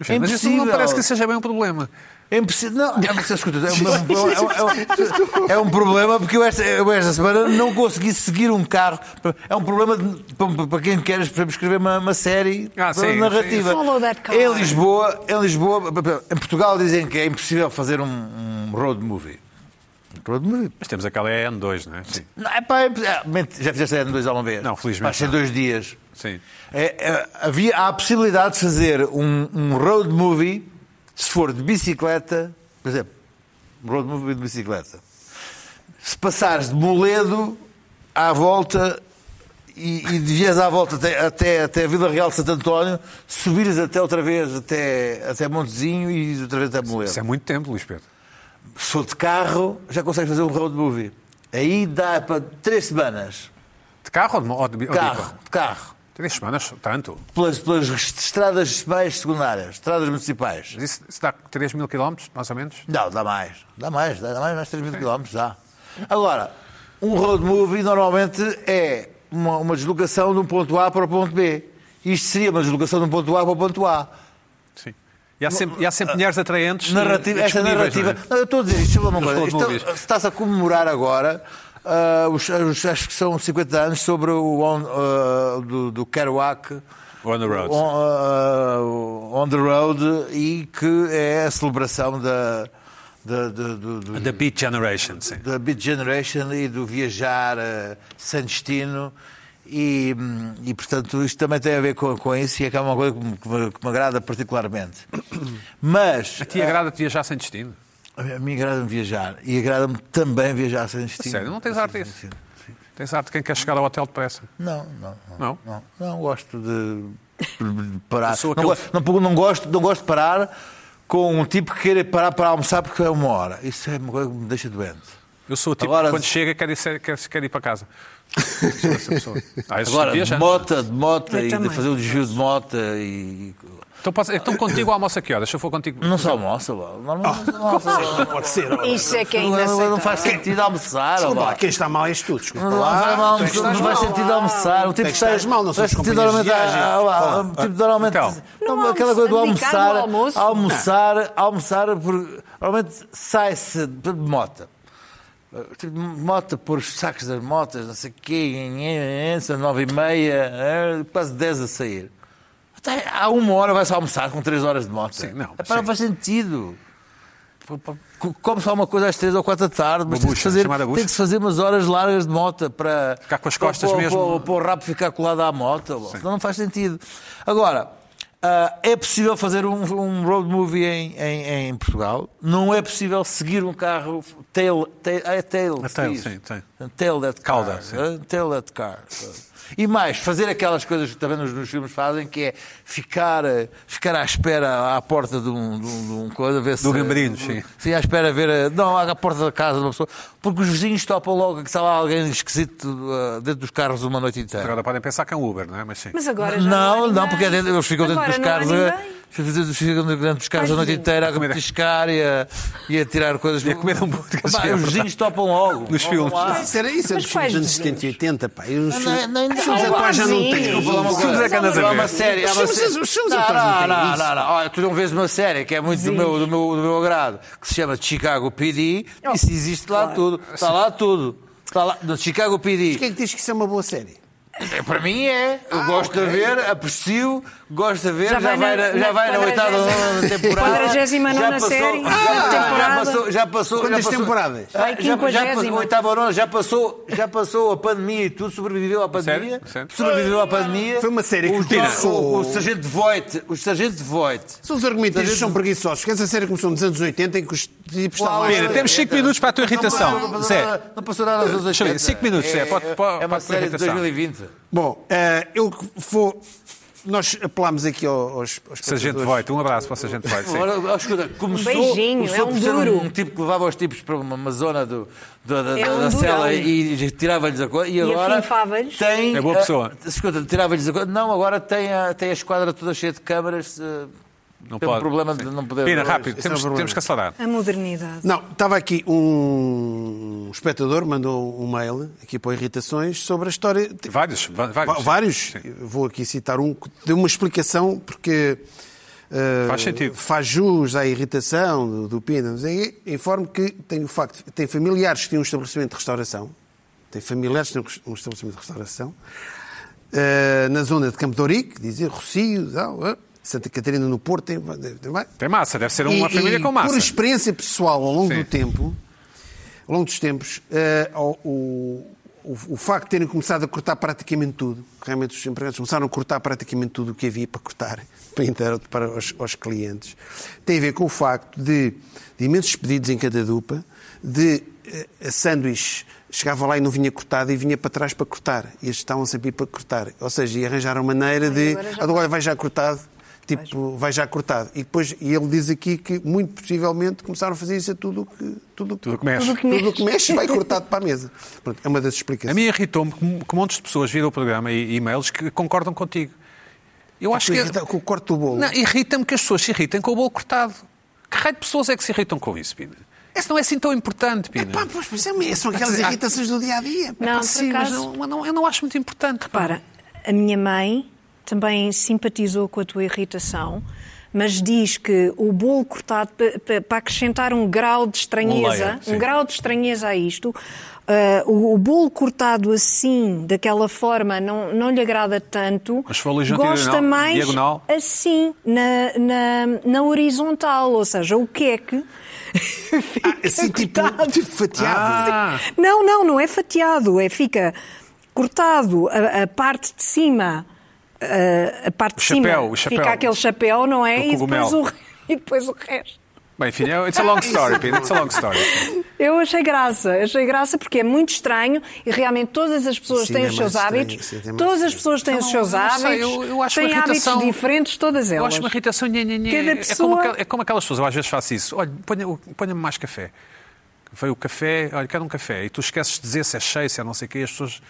A: Enfim, mas isso não
D: É impossível.
A: parece que seja bem um problema.
D: É impossível. Não, é, porque, escuta, é, um, é um- é um problema porque eu esta, eu esta semana não consegui seguir um carro. É um problema de- para, para quem quer por exemplo, escrever uma, uma série
A: Ah,
D: para
A: sim,
D: narrativa.
C: sim. Follow that car.
D: Em Lisboa, em Lisboa, em Portugal dizem que é impossível fazer um, um road movie. Road movie.
A: Mas temos aquela N2, não é? Sim.
D: Não, é pá, é imposs- é, mente, já fizeste a N2 alguma vez?
A: Não, felizmente
D: Faz em
A: não.
D: dois dias.
A: Sim.
D: É, é, havia, há a possibilidade de fazer um, um road movie se for de bicicleta, por exemplo, um road movie de bicicleta. Se passares de Moledo à volta e, e de vias à volta até, até, até Vila Real de Santo António, subires até outra vez até, até Montezinho e outra vez até Moledo
A: Isso é muito tempo, Luís Pedro.
D: se for de carro, já consegues fazer um road movie. Aí dá para três semanas.
A: De carro ou de, mo- ou de, bi- ou de
D: Carro,
A: bico?
D: de carro.
A: Três semanas, tanto.
D: Pelas, pelas estradas mais secundárias, estradas municipais.
A: Mas isso, isso dá 3 mil quilómetros, mais ou menos?
D: Não, dá mais. Dá mais, dá mais, mais 3 mil quilómetros, dá. Agora, um road movie normalmente é uma, uma deslocação de um ponto A para o ponto B. Isto seria uma deslocação de um ponto A para o ponto A.
A: Sim. E há sempre, e há sempre mulheres atraentes. eh,
D: Ah, narrativa, esta
A: disponíveis,
D: narrativa.
A: não é?
D: Não, eu estou a dizer isto, uma
A: Nos
D: coisa.
A: road
D: Isto-
A: movies.
D: Está-se a comemorar agora. ah, os, os- acho que são 50 anos sobre o on, ah, do, do Kerouac
A: On the road.
D: On, ah, o on the Road e que é a celebração da, da, da- do- do-
A: The Beat Generation, sim.
D: da Beat Generation e do viajar eh, sem destino. E, hum, e, portanto, isto também tem a ver com, com isso, e é que é uma coisa que me, que me- que me agrada particularmente. Mas.
A: A ti é agrada-te viajar sem destino?
D: A a mim agrada-me viajar e agrada-me também viajar sem destino.
A: Sério, não tens arte disso? Tens arte de quem quer chegar ao hotel depressa?
D: Não, não.
A: Não?
D: Não, não gosto de de parar.
A: sou
D: Não,
A: aquele-
D: go- não, não gosto, não gosto de parar com um tipo que queira parar para almoçar porque é uma hora. Isso é uma coisa que me deixa doente.
A: Eu sou o tipo
D: Agora-
A: que quando chega quer ir, ser- quer, quer ir para casa. Sou essa pessoa. Ah, esses
D: Agora, de
A: viajantes.
D: mota, de mota,
C: Eu
D: e de
C: também.
D: fazer o desvio de mota e.
A: Então, posso- então contigo almoço a que horas? Se eu for contigo.
D: Não se almoça, lá. normalmente não almoça. lá.
B: Pode ser.
C: Isso é que é
D: Não, não- não
C: inaceitável.
D: faz sentido almoçar.
B: Desculpa
D: lá.
B: lá, quem está mal és tu. Desculpa
D: Não, vai
B: lá.
D: mal,
B: Tu é que
D: não,
B: estás
D: não vai
B: mal.
D: sentido almoçar. O
B: Tu é
D: tipo
B: que estás mal, não
D: vai
B: somos
D: sentido
B: companheiros de
D: normalmente.
B: viagem.
D: ah, ah, ah,
B: Fala.
D: tipo, normalmente
A: Então.
D: não,
C: Não
D: aquela coisa do
C: almoço, dedicar
D: almoçar.
C: no almoço.
D: Almoçar, almoçar, por- normalmente sai-se de mota. Tipo, Mota por sacos das motas, não sei o quê, nhe, nhe, são nove e meia, eh, quase dez a sair. Até há uma hora vai-se almoçar com três horas de moto.
A: Sim, não,
D: É pá, não
A: sim.
D: faz sentido. Come só uma coisa às três ou quatro da tarde, mas tem que,
A: bucha,
D: fazer,
A: chamada bucha.
D: tem que se fazer umas horas largas de moto para.
A: Ficar com as costas
D: para,
A: mesmo.
D: Para, para o rabo ficar colado à moto. bom, Senão não faz sentido. Agora, ah, é possível fazer um, um road movie em, em- em Portugal. Não é possível seguir um carro tail. tail é tail.
A: É
D: se
A: tail,
D: diz.
A: sim, sim.
D: Tail that car.
A: Cauda, sim.
D: eh, Tail that car. eh. E mais, fazer aquelas coisas que também nos, nos filmes fazem, que é ficar, eh, ficar à espera à porta de um, de um- de um coisa, ver se.
A: Do gambarino, sim.
D: Sim, à espera ver. eh, Não, à porta da casa de uma pessoa. Porque os vizinhos topam logo que está lá alguém esquisito eh, dentro dos carros uma noite inteira.
A: Agora podem pensar que é um Uber, não é? Mas sim.
C: Mas agora já
D: Não,
C: há
D: não,
C: ninguém.
D: porque é dentro- eles ficam dentro
C: Agora
D: dos
C: não há
D: carros.
C: ninguém.
D: eh, Ficam dentro dos carros a noite
C: Tadinho.
D: inteira a
A: Comer-
D: petiscar e a, e a tirar coisas.
A: E a comer hambúrgueres,
D: Pá,
A: sim, é
D: os vizinhos topam logo.
A: Nos
D: Vão
A: filmes.
D: lá.
B: Isso era isso, era
C: Mas
B: dos
C: quais
B: filmes dos anos 70 e 80, pá. E os
D: Não, não, não.
B: os filmes atuais já não têm.
C: Vou falar uma
B: isso.
A: coisa. é que andas a
D: Há
A: ver?
D: uma série, há uma
B: Os filmes-
D: série-
B: os filmes
D: não,
B: atuais não
D: não,
B: têm
D: não,
B: isso.
D: não, não. Olha, tu não vês uma série que é muito do meu, do, meu, do meu agrado, que se chama Chicago PD, e se existe lá tudo. Está lá tudo. Está lá, no Chicago PD.
B: Quem é que diz que isso é uma boa série?
D: É, Para mim é. Eu gosto de ver, aprecio, gosto de ver.
C: Já
D: Já,
C: vai
D: vai,
C: na-
D: na, já
C: na
D: vai na oitava
C: quadragésima-
D: nona temporada.
C: 49ª
D: Já passou-
C: série,
D: já-
C: nova temporada.
D: Já passou. Já passou
B: Quantas
D: já passou,
B: temporadas?
D: Ah,
C: Vai
D: Já, já
C: 50ª.
D: passou, oitava nona, já passou, já passou a pandemia e tudo, sobreviveu à pandemia.
A: Sério?
D: Sobreviveu à pandemia.
B: Foi uma série que
D: o,
B: tira.
D: o, o Sargento Voight, o Sargento Voight.
B: São os argumentistas são preguiçosos. Que essa série começou nos anos 80 em que os tipos estavam lá.
A: Pena, temos 5 minutos para a tua
D: Não, não,
A: irritação.
D: não,
A: Zé,
D: não passou nada nos anos
A: Deixa eu ver,
D: 80.
A: cinco minutos, Zé,
D: É,
A: pode-
D: é-
A: pode-
D: é uma
A: pode
D: série de
A: irritação.
D: 2020.
B: Bom, eh, eu que vou. Nós apelámos aqui ao- aos, aos
A: Sargento
B: espectadores.
A: Voight, um abraço para o Sargento Voight. sim.
D: Agora, ó, escuta, começou,
C: beijinho,
D: começou
C: é um
D: por ser
C: duro.
D: um tipo que levava os tipos para uma, uma zona do, do- da,
C: É
D: da-
C: um
D: da
C: durão.
D: cela e tirava-lhes a coisa. E agora
C: afinfava-lhes.
D: tem.
A: É boa
D: eh,
A: pessoa.
D: escuta, tirava-lhes a coisa. Não, agora tem a, tem a esquadra toda cheia de câmaras. eh,
A: Não
D: tem
A: pode.
D: um problema
A: Sim.
D: de não poder.
A: Pina,
D: ver hoje.
A: rápido,
B: Esse é o
A: temos,
B: problema.
A: temos que acelerar.
C: A modernidade.
B: Não, estava aqui um espectador, mandou um mail aqui para o irritações sobre a história.
A: Vários, va-
B: Va-
A: vários.
B: Vários.
A: Sim.
B: Eu Vou aqui citar um que deu uma explicação porque. eh,
A: Faz sentido.
B: Faz jus à irritação do, do Pina. Mas aí informo que tem o facto. Tem familiares que tinham um estabelecimento de restauração. Tem familiares que tinham um estabelecimento de restauração. eh, na zona de Campo de Ourique, dizer Rocio, tal, eh, Santa Catarina no Porto, tem, tem mais.
A: Tem massa, deve ser uma
B: E-
A: família
B: e
A: com massa.
B: Por experiência pessoal, ao longo
A: Sim.
B: do tempo, ao longo dos tempos, eh, ao- o, o, o facto de terem começado a cortar praticamente tudo, realmente os empregados começaram a cortar praticamente tudo o que havia para cortar, para, inter- para os, aos clientes, tem a ver com o facto de, de imensos pedidos em cada dupa, de eh, sanduíches. Chegava lá e não vinha cortado e vinha para trás para cortar. E eles estavam sempre a ir para cortar. Ou seja, e arranjaram maneira de.
C: agora já
B: "Ah, Agora vai já cortado. Tipo, vai já cortado. E depois e ele diz aqui que, muito possivelmente, começaram a fazer isso a tudo o que, tudo, o
A: Tudo o que mexe.
B: tudo o que mexe vai cortado para a mesa. Pronto, é uma das
A: A
B: explicações.
A: mim irritou-me que, que montes de pessoas viram o programa e e-mails que concordam contigo. Eu acho É que.
B: Irrita- Com o corte do bolo.
A: Não, irrita-me que as pessoas se irritem com o bolo cortado. Que raio de pessoas é que se irritam com isso, Pina? Isso não é assim tão importante, Pina.
B: Pá, pois, pois é, são aquelas irritações do dia é a dia.
C: Não,
A: Pá,
C: por
A: sim, mas
C: acaso-
A: não, mas não- eu não acho muito importante. pá.
C: Repara, a minha mãe também simpatizou com a tua irritação, mas diz que o bolo cortado pa- pa- para acrescentar um grau de
A: Um
C: estranheza,
A: layer,
C: um,
A: sim.
C: grau de estranheza a isto, ah, o, o bolo cortado assim, daquela forma, não, não lhe agrada tanto.
A: Mas se for ligeiro
C: gosta
A: diagonal-
C: mais
A: diagonal.
C: assim, na, na, na horizontal, ou seja, o é queque.
B: Ah, assim, tipo,
C: cortado.
B: tipo fatiado.
A: Ah,
C: Não, não, não é fatiado, é fica cortado a, a parte de cima, a, a parte de
A: chapéu,
C: cima
A: o chapéu.
C: fica aquele chapéu, não é?
A: Do
C: E depois, o,
A: cogumelo.
C: re- e depois o resto.
A: bem, enfim, é- it's a long story, Pina. It's a long story.
C: Eu achei graça, achei graça porque é muito estranho e realmente todas as pessoas
B: Sim,
C: têm
B: é mais
C: os seus
B: estranho,
C: hábitos,
B: sim, é mais
C: todas as
B: estranho.
C: pessoas têm os seus
A: eu não
C: hábitos,
A: sei, eu- eu acho
C: têm
A: uma irritação-
C: hábitos diferentes, todas
A: Eu
C: elas.
A: acho uma irritação. nhe, nhe, nhe.
C: Cada
A: é, como,
C: pessoa-
A: aquel- é como aquelas pessoas, eu às vezes faço isso. Olha, ponha- ponha-me mais café. Veio o café, olha, quero um café. E tu esqueces de dizer se é cheio, se é não sei o quê. As pessoas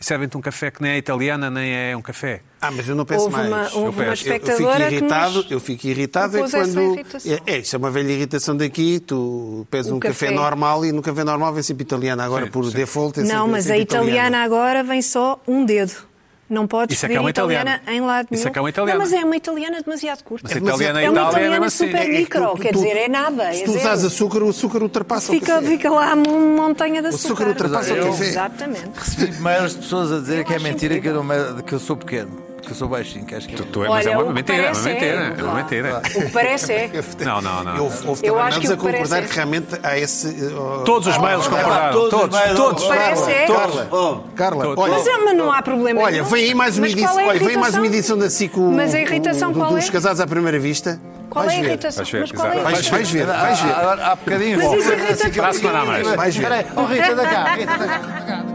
A: servem-te um café que nem é italiana, nem é um café.
B: Ah, mas eu não peço
C: Houve
B: mais.
C: uma-
B: Eu
C: houve uma
B: peço. Eu- eu
C: espectadora que
B: fico irritado,
C: nos
B: eu fico irritado é
C: propôs essa
B: quando.
C: irritação.
B: É, é, isso é uma velha irritação daqui, tu pedes
C: O
B: um café.
C: café.
B: normal e no café normal vem sempre italiana agora por default. é
C: Não,
B: sempre- é
C: mas a
B: sempre
C: italiana agora vem só um dedo. Não podes
A: Isso é que
C: pedir
A: é uma
C: italiana,
A: italiana.
C: em lado nenhum.
A: Isso é que é uma italiana.
C: Não, mas é uma italiana demasiado curta.
A: Mas
C: é
A: italiana
C: é
A: em
C: uma
A: Itália é
C: italiana
A: mesmo assim.
C: super
A: É- é que
C: micro,
B: Tu-
C: quer
B: tu-
C: dizer, é nada.
B: Se
C: é
B: tu
C: zero.
B: usás açúcar, o açúcar ultrapassa o
C: Fica,
B: café.
C: fica lá uma montanha de açúcar.
B: açúcar ultrapassa
D: o café.
C: Exatamente.
D: Recebi maiores pessoas a dizer que é
C: acho
D: mentira que eu,
C: incrível.
D: não- que eu sou pequeno, que eu sou baixinho, que acho que é.
A: Tu é, mas
C: Olha,
A: é
C: o
A: uma
C: que
A: mentira, é uma
C: parece é,
A: mentira. É uma
C: vá.
A: mentira.
C: O que parece é.
A: Não, não, não.
B: Eu, houve houve
C: Eu
B: também
C: acho que
B: menos a
C: o que parece
B: concordar
C: é-
B: que realmente há esse. uh,
A: Todos os mails
D: Olá,
A: concordaram.
D: todos os
A: Todos,
D: mails,
B: oh,
A: todos.
D: olá,
C: Parece
A: todos.
C: é.
B: Carla,
D: Oh.
B: Carla,
A: Todos.
B: olha,
C: Mas, é- mas não há problema.
B: olha,
C: nenhum.
B: vem aí mais uma
C: Mas qual
B: edição.
C: é a
B: olha, vem mais uma
C: irritação?
B: edição da SICO
C: Mas a irritação qual
B: dos
C: é?
B: casados à primeira vista.
C: Qual
B: Vais
C: é a
B: ver.
C: irritação?
A: Vais ver,
C: Mas qual é a
A: exato.
B: Vais,
C: irritação?
B: vais ver, vais ver.
D: Há, há bocadinho.
C: Mas isso é-
D: Assim
C: irrita-te
D: que eu-
A: Para a semana há mais.
B: Vais ver.
D: Espera aí. Oh, Rita, dá cá, Rita, dá cá.